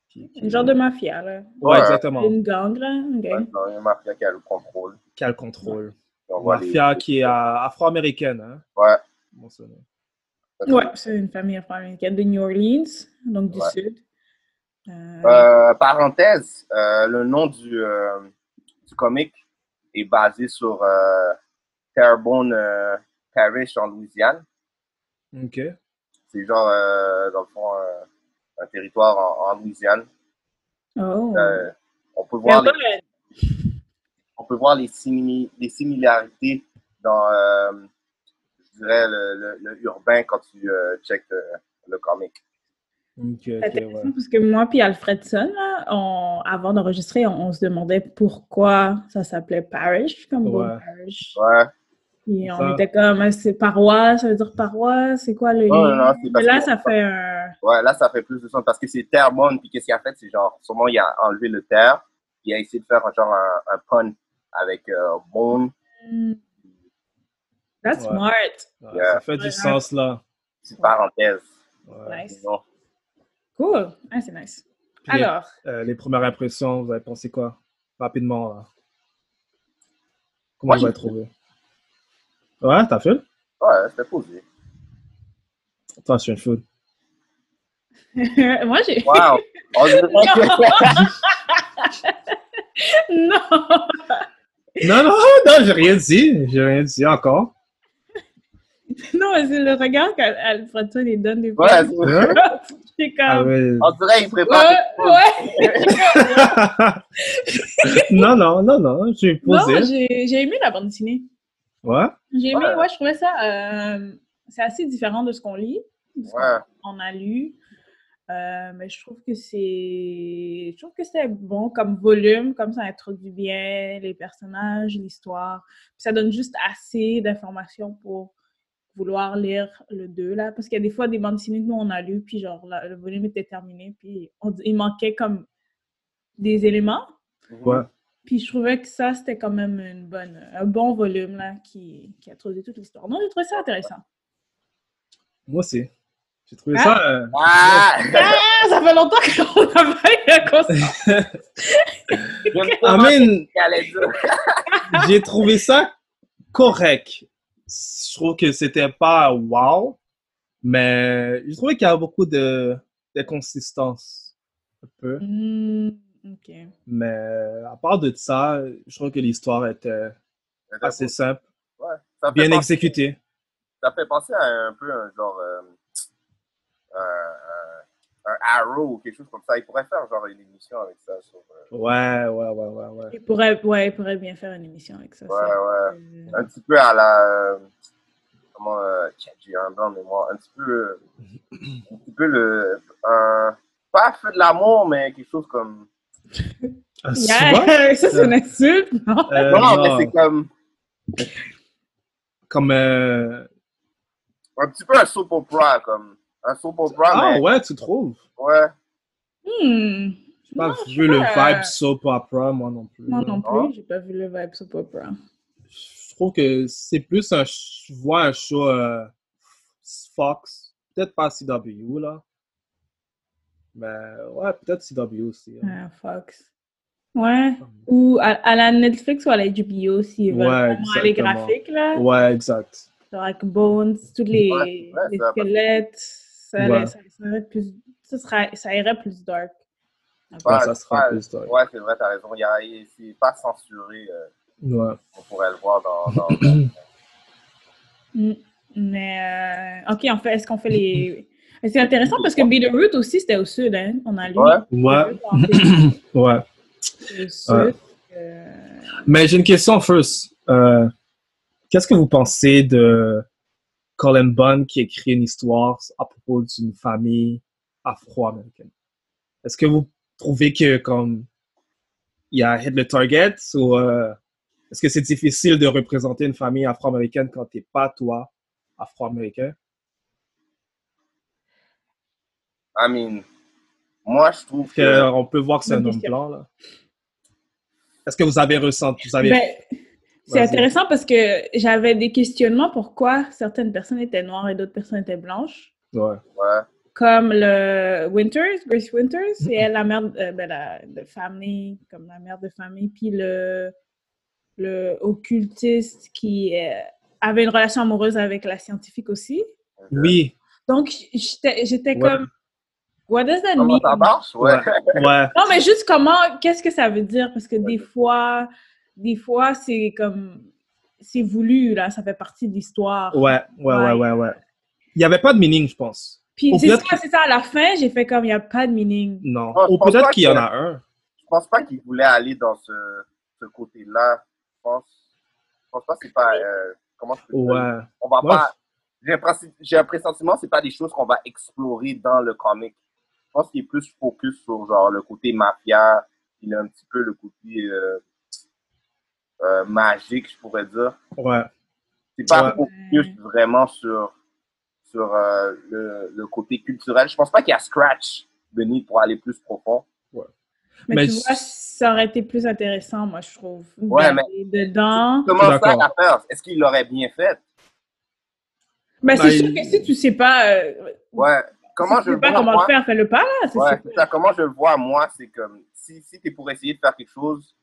Speaker 3: qui- qui-
Speaker 2: Un genre de mafia, là.
Speaker 3: Ouais,
Speaker 1: Ouais.
Speaker 3: exactement.
Speaker 2: Une gang, là. Ok.
Speaker 1: Ouais, c'est une mafia qui a le contrôle.
Speaker 3: Qui a le contrôle.
Speaker 1: On voit les-
Speaker 3: Mafia qui est euh, afro-américaine, hein?
Speaker 1: Ouais.
Speaker 3: Bon, ça, non.
Speaker 2: Ouais, c'est une famille afro-américaine de New Orleans, donc du
Speaker 1: Ouais.
Speaker 2: sud. Euh,
Speaker 1: Euh, parenthèse, euh, le nom du, euh, du comic est basé sur euh, Terrebonne euh, Parish en Louisiane.
Speaker 3: OK.
Speaker 1: C'est genre, euh, dans le fond, euh, un territoire en, en Louisiane.
Speaker 2: Oh.
Speaker 1: Euh, on, peut
Speaker 2: Il y
Speaker 1: voir
Speaker 2: a
Speaker 1: les,
Speaker 2: pas le-
Speaker 1: on peut voir les, simili- les similarités dans, euh, je dirais, le, le- le urbain quand tu euh, checkes euh, le comic.
Speaker 3: OK,
Speaker 2: C'est
Speaker 3: OK,
Speaker 2: intéressant
Speaker 3: ouais.
Speaker 2: parce que moi puis Alfredson, là, on- avant d'enregistrer, on, on se demandait pourquoi ça s'appelait parish, comme bon
Speaker 3: Ouais.
Speaker 2: parish.
Speaker 1: Ouais,
Speaker 2: Puis on
Speaker 3: Ça.
Speaker 2: était comme, Ah, c'est paroisse, ça veut dire paroisse, c'est quoi le
Speaker 1: Ouais,
Speaker 2: lien?
Speaker 1: non, c'est parce
Speaker 2: Mais là,
Speaker 1: que-
Speaker 2: ça fait un...
Speaker 1: ouais, là, ça fait plus de sens parce que c'est Terrebonne, puis qu'est-ce qu'il a fait? C'est genre, sûrement, il a enlevé le terre, puis il a essayé de faire un genre un, un pun avec euh, bone.
Speaker 2: Hmm. That's
Speaker 3: Ouais.
Speaker 2: smart.
Speaker 3: Ouais,
Speaker 1: Yeah.
Speaker 3: Ça fait
Speaker 2: Ouais.
Speaker 3: du sens, là.
Speaker 1: Petite parenthèse.
Speaker 3: Ouais.
Speaker 2: Nice.
Speaker 1: Non.
Speaker 2: Cool. Ah, c'est nice.
Speaker 3: Puis les-
Speaker 2: Alors,
Speaker 3: euh, les premières impressions, vous avez pensé quoi? Rapidement, là. Comment
Speaker 1: Moi,
Speaker 3: vous avez
Speaker 1: j'ai-
Speaker 3: trouvé? Ouais, t'as fait?
Speaker 1: Ouais, c'était posé.
Speaker 3: Attends, je suis un fou.
Speaker 2: moi, j'ai...
Speaker 1: Wow! On dirait que-
Speaker 2: non!
Speaker 3: Non, non, non, j'ai rien dit. J'ai rien dit encore.
Speaker 2: Non, mais c'est le regard qu'Alfredson il donne des
Speaker 1: Ouais,
Speaker 2: fois.
Speaker 1: c'est-
Speaker 3: Hein?
Speaker 2: C'est
Speaker 3: Ah,
Speaker 2: comme.
Speaker 3: ouais.
Speaker 1: on dirait qu'il
Speaker 3: Ah,
Speaker 1: prépare quelque
Speaker 2: Ouais,
Speaker 1: chose.
Speaker 2: ouais.
Speaker 1: Ah.
Speaker 3: non, non, non, non, j'ai
Speaker 2: Non,
Speaker 3: posé.
Speaker 2: j'ai j'ai aimé la bande dessinée.
Speaker 3: Ouais,
Speaker 2: J'ai aimé,
Speaker 1: Ouais.
Speaker 2: ouais, je trouvais ça. euh, c'est assez différent de ce qu'on lit, de ce qu'on-
Speaker 1: Ouais.
Speaker 2: on a lu. Euh, mais je trouve que c'est. Je trouve que c'était bon comme volume, comme ça introduit bien les personnages, l'histoire. Puis ça donne juste assez d'informations pour vouloir lire le 2, là. Parce qu'il y a des fois des bandes dessinées que nous, on a lu, puis genre, la- le volume était terminé, puis on, dit- il manquait comme des éléments.
Speaker 3: ouais.
Speaker 2: Puis je trouvais que ça, c'était quand même une bonne, un bon volume, là, qui, qui a trouvé toute l'histoire. Non, j'ai trouvé ça intéressant.
Speaker 3: Moi aussi. J'ai trouvé
Speaker 2: Ah.
Speaker 3: ça. euh,
Speaker 1: Ah!
Speaker 2: Ah, ça fait longtemps qu'on travaille à cause
Speaker 1: Ah.
Speaker 3: I mean,
Speaker 1: Il allait dire.
Speaker 3: j'ai trouvé ça correct. Je trouve que c'était pas wow, mais j'ai trouvé qu'il y a beaucoup de, de consistance. Un peu.
Speaker 2: Hmm, ok.
Speaker 3: Mais à part de ça, je trouve que l'histoire était assez simple,
Speaker 1: Ouais, ça fait
Speaker 3: Ah, bien
Speaker 1: penser-
Speaker 3: exécutée.
Speaker 1: Ça fait penser à un peu un genre. euh, un- un- un arrow ou quelque chose comme ça. Il pourrait faire genre une émission avec ça. Sur, euh,
Speaker 3: Ouais, ouais, ouais, ouais. ouais.
Speaker 2: Il pourrait, ouais, il pourrait bien faire une émission avec ça.
Speaker 1: Ouais,
Speaker 2: ça.
Speaker 1: ouais.
Speaker 2: Euh,
Speaker 1: un petit peu à la. euh, comment. euh, J'ai un blanc de mémoire. Un petit peu. euh, un petit peu le. un- pas feu de l'amour, mais quelque chose comme.
Speaker 3: Ah,
Speaker 2: yeah,
Speaker 3: souvent,
Speaker 2: ça, c'est une insulte, non?
Speaker 3: euh,
Speaker 1: non,
Speaker 3: genre,
Speaker 1: mais c'est comme.
Speaker 3: comme. euh,
Speaker 1: Un petit peu un soap opera, comme. Un soap opera,
Speaker 3: Ah
Speaker 1: mais.
Speaker 3: ouais, tu trouves?
Speaker 1: Ouais.
Speaker 2: Hmm.
Speaker 3: Je J'ai pas vu le
Speaker 2: pas, euh,
Speaker 3: vibe soap opera, moi non plus.
Speaker 2: Moi non
Speaker 1: Ah.
Speaker 2: plus, j'ai pas vu le vibe soap opera.
Speaker 3: Je trouve que c'est plus un, ch- je vois un show euh, Fox, peut-être pas CW là. Mais ouais, peut-être CW aussi.
Speaker 2: Ah,
Speaker 3: hein.
Speaker 2: Fox. Ouais. Ou à, à la Netflix ou à la HBO s'ils veulent
Speaker 3: Ouais,
Speaker 2: vraiment aller
Speaker 3: exactement.
Speaker 2: graphique, là.
Speaker 3: Ouais, exact.
Speaker 2: Genre avec Bones, tous les,
Speaker 1: Ouais, ouais,
Speaker 2: les
Speaker 1: ça va pas-
Speaker 2: squelettes. Ça,
Speaker 3: Ouais.
Speaker 2: ça, ça irait plus, ça, sera- ça irait plus dark.
Speaker 3: Ouais,
Speaker 1: Ouais,
Speaker 3: Ah, Ben, ça sera
Speaker 1: ouais,
Speaker 3: plus dark.
Speaker 1: Ouais, c'est vrai, t'as raison. Il y a- il- C'est pas censuré. euh,
Speaker 3: Ouais.
Speaker 1: on pourrait le voir dans. dans- dans-
Speaker 2: Mm. Mais, euh, OK, en fait, est-ce qu'on fait les. Mais C'est intéressant parce que Beetroot aussi, c'était au sud, hein. On a lu.
Speaker 1: Ouais.
Speaker 3: Ouais. ouais.
Speaker 2: C'était au sud.
Speaker 3: Ouais.
Speaker 2: Euh,
Speaker 3: Mais j'ai une question first. Euh, Qu'est-ce que vous pensez de Colin Bunn qui écrit une histoire à propos d'une famille afro-américaine? Est-ce que vous trouvez que comme il a hit le target ou euh, est-ce que c'est difficile de représenter une famille afro-américaine quand t'es pas toi afro-américain?
Speaker 1: I mean, moi, je trouve
Speaker 3: Est-ce
Speaker 1: que.
Speaker 3: qu'on peut voir que c'est un
Speaker 2: Bonne
Speaker 3: homme
Speaker 2: question.
Speaker 3: blanc là? Est-ce que vous avez ressenti, vous avez
Speaker 2: ben, c'est
Speaker 3: Ah, Vas-y.
Speaker 2: intéressant parce que j'avais des questionnements pourquoi certaines personnes étaient noires et d'autres personnes étaient blanches.
Speaker 3: Ouais.
Speaker 1: Ouais.
Speaker 2: comme le Winters, Grace Winters, c'est elle la mère euh, ben, la, de famille, comme la mère de famille, puis le, le occultiste qui euh, avait une relation amoureuse avec la scientifique aussi.
Speaker 3: Oui.
Speaker 2: Donc, j'étais j'étais
Speaker 3: Ouais.
Speaker 2: comme, what does that
Speaker 1: Comment
Speaker 2: mean?
Speaker 1: ça marche? Ouais.
Speaker 3: Ouais.
Speaker 2: Non, mais juste comment, qu'est-ce que ça veut dire? Parce que des fois, des fois, c'est comme, c'est voulu, là, ça fait partie de l'histoire.
Speaker 3: Ouais, ouais, ouais, ouais, ouais. Il n'y avait pas de meaning, je pense.
Speaker 2: Puis
Speaker 3: Ou
Speaker 2: c'est
Speaker 3: peut-être
Speaker 2: ça, c'est ça, à la fin, j'ai fait comme, il n'y a pas de meaning.
Speaker 3: Non.
Speaker 1: Oh, je
Speaker 3: Ou
Speaker 1: pense
Speaker 3: peut-être
Speaker 1: pas
Speaker 3: qu'il y en
Speaker 1: que-
Speaker 3: a un.
Speaker 1: Je pense pas qu'il voulait aller dans ce, ce côté-là. Je pense, je pense pas que c'est pas. euh, comment je peux dire?
Speaker 3: Ouais.
Speaker 1: On va
Speaker 3: Ouais.
Speaker 1: pas. J'ai un, pressi- j'ai un pressentiment, c'est pas des choses qu'on va explorer dans le comic. Je pense qu'il est plus focus sur genre le côté mafia, il a un petit peu le côté euh, euh, magique, je pourrais dire.
Speaker 3: Ouais.
Speaker 1: C'est pas
Speaker 3: Ouais.
Speaker 1: focus vraiment sur sur euh, le, le côté culturel. Je pense pas qu'il y a scratch Benny pour aller plus profond.
Speaker 2: Mais,
Speaker 3: Mais
Speaker 2: tu
Speaker 3: je-
Speaker 2: vois, ça aurait été plus intéressant, moi, je trouve.
Speaker 1: Ouais,
Speaker 2: d'aller dedans.
Speaker 1: Comment ça
Speaker 3: d'accord.
Speaker 1: la peur Est-ce qu'il l'aurait bien fait
Speaker 2: Ben,
Speaker 3: Ben,
Speaker 2: c'est sûr
Speaker 3: il-
Speaker 2: que si tu sais pas, euh,
Speaker 1: Ouais. Comment je
Speaker 2: si tu
Speaker 1: le
Speaker 2: sais pas
Speaker 1: vois,
Speaker 2: comment
Speaker 1: moi-
Speaker 2: le faire, fais-le pas, là. c'est
Speaker 1: Ouais,
Speaker 2: sûr.
Speaker 1: c'est ça. Comment je le vois, moi, c'est comme si, si tu es pour essayer de faire quelque chose,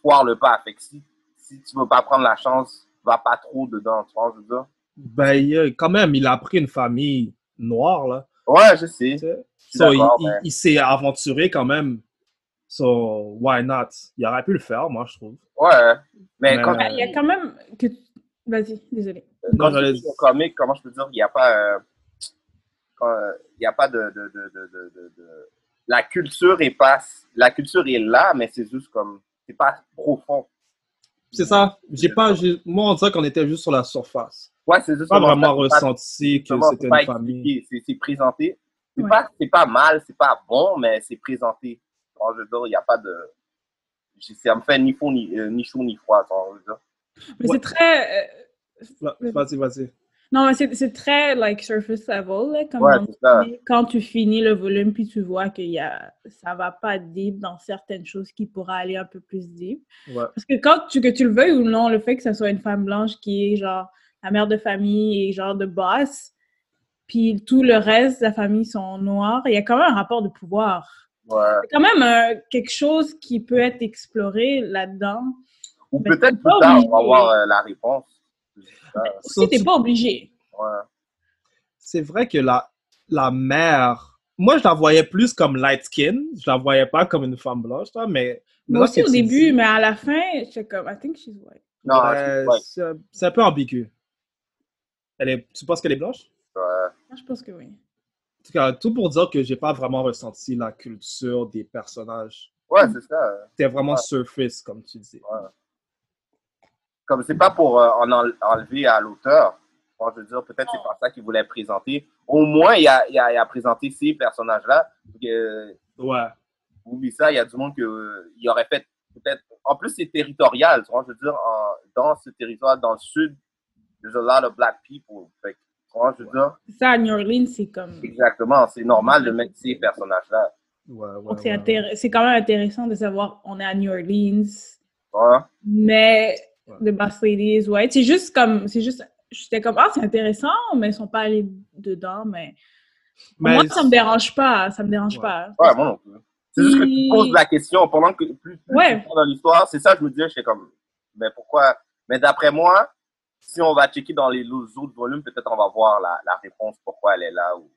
Speaker 1: foire le pas. Fait que si, si tu veux pas prendre la chance, va pas trop dedans. Tu vois, je veux dire.
Speaker 3: Ben, il y a- quand même, il a pris une famille noire, là.
Speaker 1: Ouais, je sais.
Speaker 3: tu sais.
Speaker 1: suis
Speaker 3: So, il
Speaker 1: d'accord, ben.
Speaker 3: il-
Speaker 1: mais-
Speaker 3: il s'est aventuré quand même. So, why not? Il aurait pu le faire, moi, je trouve.
Speaker 1: Ouais. Mais
Speaker 3: Mais-
Speaker 1: quand
Speaker 2: Ben, Il y a quand même que tu- Vas-y, désolé.
Speaker 3: Non,
Speaker 1: quand
Speaker 3: j'allais-
Speaker 1: tu dis au comique, comment je peux dire, il n'y a pas, euh, quand, euh, il y a pas de, de, de, de, de, de- de- La culture est pas... La culture est là, mais c'est juste comme... C'est pas profond.
Speaker 3: C'est ça. J'ai pas, j'ai- moi, on dirait qu'on était juste sur la surface.
Speaker 1: Ouais, c'est juste...
Speaker 3: Pas
Speaker 1: comment ça
Speaker 3: vraiment
Speaker 1: se passe.
Speaker 3: ressenti que
Speaker 1: Justement, c'est
Speaker 3: c'était
Speaker 1: pas
Speaker 3: une famille.
Speaker 1: expliqué, c'est- C'est présenté. C'est
Speaker 2: Ouais.
Speaker 1: pas, c'est pas mal, c'est pas bon, mais c'est présenté. En jeu il n'y a pas de. j'ai- Ça me fait ni faux, ni, euh, ni chaud, ni froid. en jeu
Speaker 2: Mais
Speaker 3: Ouais.
Speaker 2: c'est très... euh,
Speaker 3: Va- Vas-y, vas-y.
Speaker 2: Non, mais c'est c'est très, like, surface level, là, comme
Speaker 1: Ouais,
Speaker 2: on
Speaker 1: c'est ça.
Speaker 2: dit. quand tu finis le volume, puis tu vois que a... ça va pas deep dans certaines choses qui pourra aller un peu plus deep.
Speaker 3: Ouais.
Speaker 2: Parce que quand tu, que tu le veuilles ou non, le fait que ce soit une femme blanche qui est genre la mère de famille et genre de boss, puis tout le reste de la famille sont noirs, il y a quand même un rapport de pouvoir.
Speaker 1: Ouais.
Speaker 2: C'est quand même euh, quelque chose qui peut être exploré là-dedans.
Speaker 1: Ou
Speaker 2: Mais
Speaker 1: peut-être
Speaker 2: c'est
Speaker 1: plus
Speaker 2: pas
Speaker 1: tard, on va
Speaker 2: obligé.
Speaker 1: avoir euh, la réponse. Ça,
Speaker 3: So,
Speaker 2: Aussi, t'es
Speaker 3: tu-
Speaker 2: pas obligé.
Speaker 1: ouais.
Speaker 3: c'est vrai que la, la mère, moi, je la voyais plus comme light skin. Je la voyais pas comme une femme blanche, là, mais.
Speaker 2: Moi
Speaker 3: maintenant
Speaker 2: aussi
Speaker 3: que
Speaker 2: au
Speaker 3: tu
Speaker 2: début,
Speaker 3: dis-
Speaker 2: mais à la fin, j'étais comme, I think she's white.
Speaker 1: Non,
Speaker 3: Ouais,
Speaker 1: Ah, c'est- ouais,
Speaker 3: c'est un- c'est un peu ambigu. Elle est, tu penses qu'elle est blanche?
Speaker 1: ouais.
Speaker 2: Moi, je pense que oui.
Speaker 3: En tout cas, tout pour dire que j'ai pas vraiment ressenti la culture des personnages.
Speaker 1: Ouais, c'est ça.
Speaker 3: C'était vraiment
Speaker 1: Ouais.
Speaker 3: surface, comme tu dis.
Speaker 1: Comme c'est pas pour euh, en enle- enlever à l'auteur. Bon, je veux dire, peut-être c'est pas ça qu'il voulait présenter. Au moins, il a, il a, il a présenté ces personnages-là. Euh,
Speaker 3: Ouais,
Speaker 1: oublie ça, il y a du monde que euh, il aurait fait peut-être. En plus, c'est territorial, tu vois, je veux dire, en- dans ce territoire, dans le sud, there's a lot of black people. Fait que, tu vois, je veux dire,
Speaker 2: Ça, à New Orleans, c'est comme...
Speaker 1: exactement, c'est normal de mettre ces personnages-là.
Speaker 3: Ouais, ouais,
Speaker 2: Donc, c'est
Speaker 3: ouais,
Speaker 2: intér- c'est quand même intéressant de savoir on est à New Orleans,
Speaker 1: Ouais.
Speaker 2: mais
Speaker 3: Ouais.
Speaker 2: de Bass Ladies, ouais. C'est juste comme, c'est juste, j'étais comme, ah, c'est intéressant, mais ils sont pas allés dedans, mais,
Speaker 3: Mais
Speaker 2: moi, ça me dérange pas, ça me dérange
Speaker 3: Ouais.
Speaker 2: pas.
Speaker 1: Ouais, moi non plus. C'est juste que tu
Speaker 2: Si-
Speaker 1: poses la question pendant que plus, plus
Speaker 2: Ouais.
Speaker 1: tu prends dans l'histoire, c'est ça que je me disais, j'étais comme, mais pourquoi? Mais d'après moi, si on va checker dans les autres volumes, peut-être on va voir la, la réponse, pourquoi elle est là. Ou...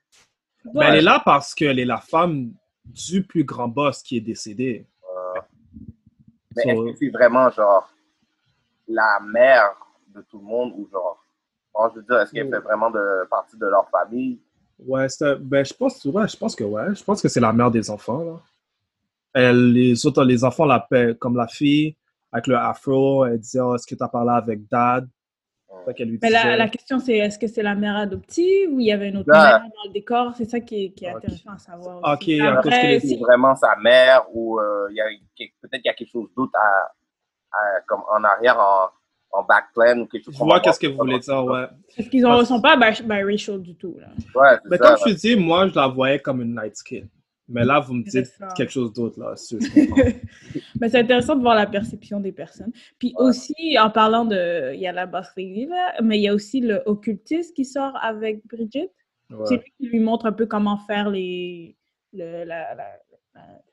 Speaker 3: Ben, elle est là parce qu'elle est la femme du plus grand boss qui est décédé.
Speaker 1: Mais
Speaker 3: So-
Speaker 1: est-ce que c'est vraiment genre la mère de tout le monde ou genre, bon, je veux dire, est-ce qu'elle
Speaker 3: Mm.
Speaker 1: fait vraiment de, partie de leur famille?
Speaker 3: Ouais, c'est un- ben, je pense, ouais, je pense que ouais. Je pense que c'est la mère des enfants, là. Elle, les autres, les enfants l'appellent comme la fille avec le afro. Elle disait, oh, est-ce que t'as parlé avec dad? Fait qu'elle lui
Speaker 2: Mais
Speaker 3: disait-
Speaker 2: la, la question, c'est est-ce que c'est la mère adoptive ou il y avait une autre
Speaker 1: Ouais.
Speaker 2: mère dans le décor? C'est ça qui est, qui est
Speaker 3: Ok.
Speaker 2: intéressant à savoir.
Speaker 3: Ok,
Speaker 2: aussi.
Speaker 3: à cause
Speaker 2: Après,
Speaker 3: qu'elle est-
Speaker 1: Est-ce que
Speaker 2: si-
Speaker 1: c'est vraiment sa mère ou euh, il y a quelque- peut-être qu'il y a quelque chose d'autre à, à- comme en arrière, en, en backplan ou quelque chose
Speaker 3: Je
Speaker 1: qu'on
Speaker 3: vois
Speaker 1: va
Speaker 3: qu'est-ce que
Speaker 1: voir.
Speaker 3: vous voulez dire, ouais.
Speaker 2: parce qu'ils ne sont pas bi- biracial du tout. Là.
Speaker 1: Ouais, c'est
Speaker 3: Mais
Speaker 1: ça.
Speaker 3: comme je te dis, moi, je la voyais comme une night skin. Mais là, vous me dites
Speaker 2: Intéressant.
Speaker 3: quelque chose d'autre, là. c'est- je comprends.
Speaker 2: Mais c'est intéressant de voir la perception des personnes. Puis
Speaker 1: Ouais.
Speaker 2: aussi, en parlant de. Il y a la basserie, là, mais il y a aussi le occultiste qui sort avec Bridget. C'est
Speaker 3: Ouais.
Speaker 2: lui qui lui montre un peu comment faire les. le- la, la- la-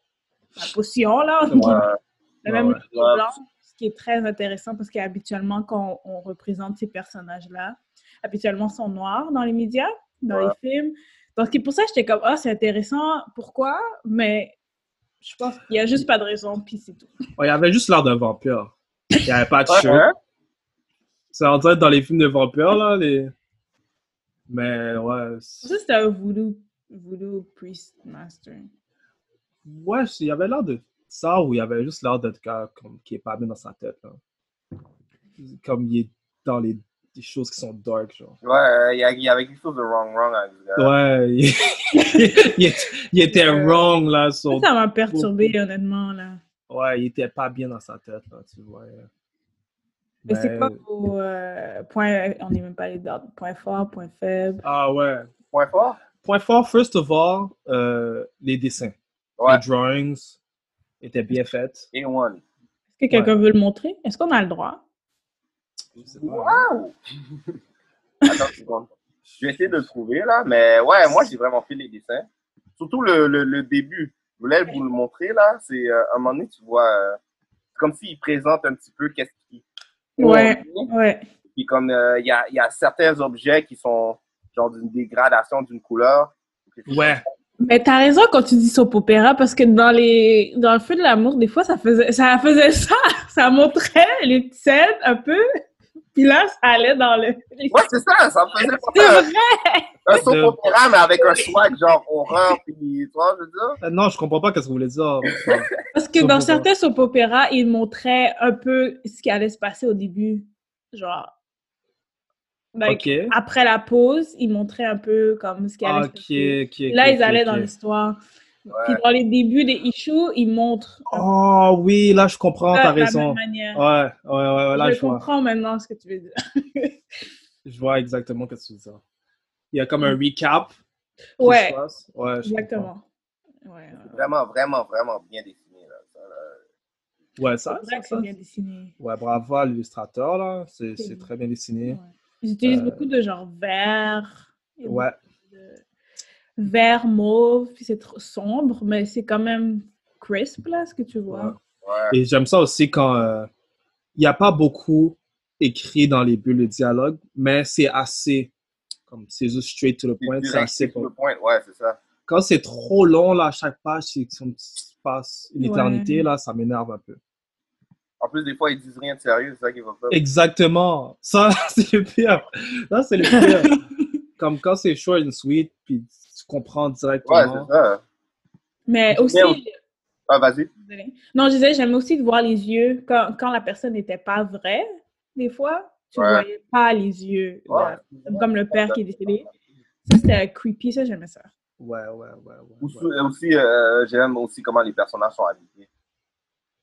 Speaker 2: la potion, là. entre
Speaker 3: Ouais.
Speaker 2: Le
Speaker 3: Ouais,
Speaker 2: même
Speaker 3: ouais.
Speaker 2: livre blanc, ce qui est très intéressant parce qu'habituellement, quand on, on représente ces personnages-là, habituellement, ils sont noirs dans les médias, dans
Speaker 1: Ouais.
Speaker 2: les films. Donc, c'est pour ça, j'étais comme, ah, c'est intéressant, pourquoi? Mais je pense qu'il n'y a juste pas de raison, puis c'est tout.
Speaker 3: Ouais, il y avait juste l'air d'un vampire. Il n'y avait pas de
Speaker 1: Ouais,
Speaker 3: shirt.
Speaker 1: hein?
Speaker 3: C'est en direct dans les films de vampires, là. Les... Mais ouais.
Speaker 2: Pour
Speaker 3: c'est-
Speaker 2: ça, c'était un voodoo, voodoo priest master.
Speaker 3: Ouais, c'est- il y avait l'air de ça ou il y avait juste l'air d'être gars comme, qui est pas bien dans sa tête, là. Comme il est dans les, des choses qui sont dark, genre.
Speaker 1: Ouais, euh, il y, a- il y avait quelque chose de wrong wrong avec euh, ce gars.
Speaker 3: Ouais, il, il est- il était
Speaker 2: Euh,
Speaker 3: wrong, là.
Speaker 2: Ça,
Speaker 3: sur-
Speaker 2: ça m'a perturbé, honnêtement, là.
Speaker 3: Ouais, il était pas bien dans sa tête, là, tu vois.
Speaker 2: Mais c'est
Speaker 3: Mais-
Speaker 2: quoi vos euh, points, on n'est même pas allé dans point fort, point faible.
Speaker 3: Ah ouais.
Speaker 1: Point fort?
Speaker 3: Point fort, first of all, euh, les dessins.
Speaker 1: Ouais.
Speaker 3: Les drawings étaient bien faits.
Speaker 1: Et one.
Speaker 2: Est-ce que quelqu'un veut le montrer? Est-ce qu'on a le droit?
Speaker 1: Wow! Attends une seconde. Je vais essayer de le trouver là, mais ouais, moi j'ai vraiment fait les dessins. Surtout le, le, le début. Je voulais vous le montrer là. C'est euh, à un moment donné, tu vois, euh, comme s'il présente un petit peu qu'est-ce qui.
Speaker 2: Ouais. Ouais.
Speaker 1: Puis comme euh, il y, a, il y a certains objets qui sont genre d'une dégradation d'une couleur.
Speaker 3: Ouais,
Speaker 2: Mais t'as raison quand tu dis soap opéra parce que dans les dans le feu de l'amour, des fois ça faisait ça faisait ça, ça montrait les petites scènes un peu, puis là ça allait dans le.
Speaker 1: Ouais, c'est ça, ça me faisait penser à un,
Speaker 2: C'est vrai.
Speaker 1: un soap
Speaker 3: De-
Speaker 1: opéra, mais avec un swag genre horreur, puis tu vois, je veux dire.
Speaker 3: Euh, non, je comprends pas qu'est-ce que vous voulez dire. Enfin,
Speaker 2: Parce que
Speaker 3: Soap
Speaker 2: dans
Speaker 3: opéra.
Speaker 2: certains soap opéra, ils montraient un peu ce qui allait se passer au début, genre. Like,
Speaker 3: ok.
Speaker 2: Après la pause, ils montraient un peu comme ce qui allait
Speaker 3: Ok,
Speaker 2: se passer.
Speaker 3: ok,
Speaker 2: Là,
Speaker 3: ok,
Speaker 2: ils allaient
Speaker 3: ok,
Speaker 2: dans
Speaker 3: ok.
Speaker 2: l'histoire. Puis dans les débuts des issues, ils montrent un
Speaker 3: Oh oui, là je comprends,
Speaker 2: peu
Speaker 3: t'as
Speaker 2: de la même
Speaker 3: raison.
Speaker 2: manière.
Speaker 3: Ouais, ouais, ouais, ouais, là
Speaker 2: je,
Speaker 3: je vois.
Speaker 2: comprends maintenant ce que tu veux dire.
Speaker 3: Je vois exactement qu'est-ce que tu veux dire. Il y a comme un recap. qui se
Speaker 2: ouais,
Speaker 3: passe. ouais je comprends.
Speaker 2: exactement. Ouais, ouais.
Speaker 1: Vraiment, vraiment, vraiment bien dessiné là. Ça, là.
Speaker 3: Ouais,
Speaker 2: C'est
Speaker 3: ça.
Speaker 2: vrai
Speaker 3: ça,
Speaker 2: que
Speaker 3: ça.
Speaker 2: c'est bien dessiné.
Speaker 3: Ouais, bravo à l'illustrateur, là. C'est
Speaker 2: C'est
Speaker 3: c'est
Speaker 2: bon.
Speaker 3: très bien dessiné.
Speaker 2: Ouais. Ils utilisent
Speaker 3: Euh,
Speaker 2: beaucoup de genre vert. et
Speaker 3: Ouais.
Speaker 2: beaucoup de Vert, mauve, puis c'est trop sombre, mais c'est quand même crisp là, ce que tu
Speaker 3: Ouais.
Speaker 2: vois.
Speaker 1: Ouais.
Speaker 3: Et j'aime ça aussi quand euh, il n'y a pas beaucoup écrit dans les bulles de dialogue, mais c'est assez. Comme c'est juste straight to the
Speaker 1: C'est
Speaker 3: point, c'est
Speaker 1: direct,
Speaker 3: assez.
Speaker 1: c'est sur le
Speaker 3: Comme...
Speaker 1: point. Ouais, c'est ça.
Speaker 3: Quand c'est trop long, là, à chaque page, c'est comme si tu passes une
Speaker 2: Ouais.
Speaker 3: éternité, là, ça m'énerve un peu.
Speaker 1: En plus, des fois, ils disent rien de sérieux, c'est ça qui va faire.
Speaker 3: Exactement. Ça, c'est le pire. Là, c'est le pire. comme quand c'est short and sweet, puis tu comprends
Speaker 1: Ouais,
Speaker 3: directement.
Speaker 1: c'est ça.
Speaker 2: Mais aussi,
Speaker 1: Merde. Ah, vas-y.
Speaker 2: Désolée. Non, je disais, j'aime aussi de voir les yeux. Quand, quand la personne n'était pas vraie, des fois, tu
Speaker 1: Ouais.
Speaker 2: voyais pas les yeux.
Speaker 1: Ouais.
Speaker 2: là. Comme le père qui est décédé. Ça, c'était creepy, ça, j'aimais ça.
Speaker 3: ouais, ouais, ouais. ouais,
Speaker 1: Ou-
Speaker 3: ouais.
Speaker 1: Aussi, euh, j'aime aussi comment les personnages sont habillés.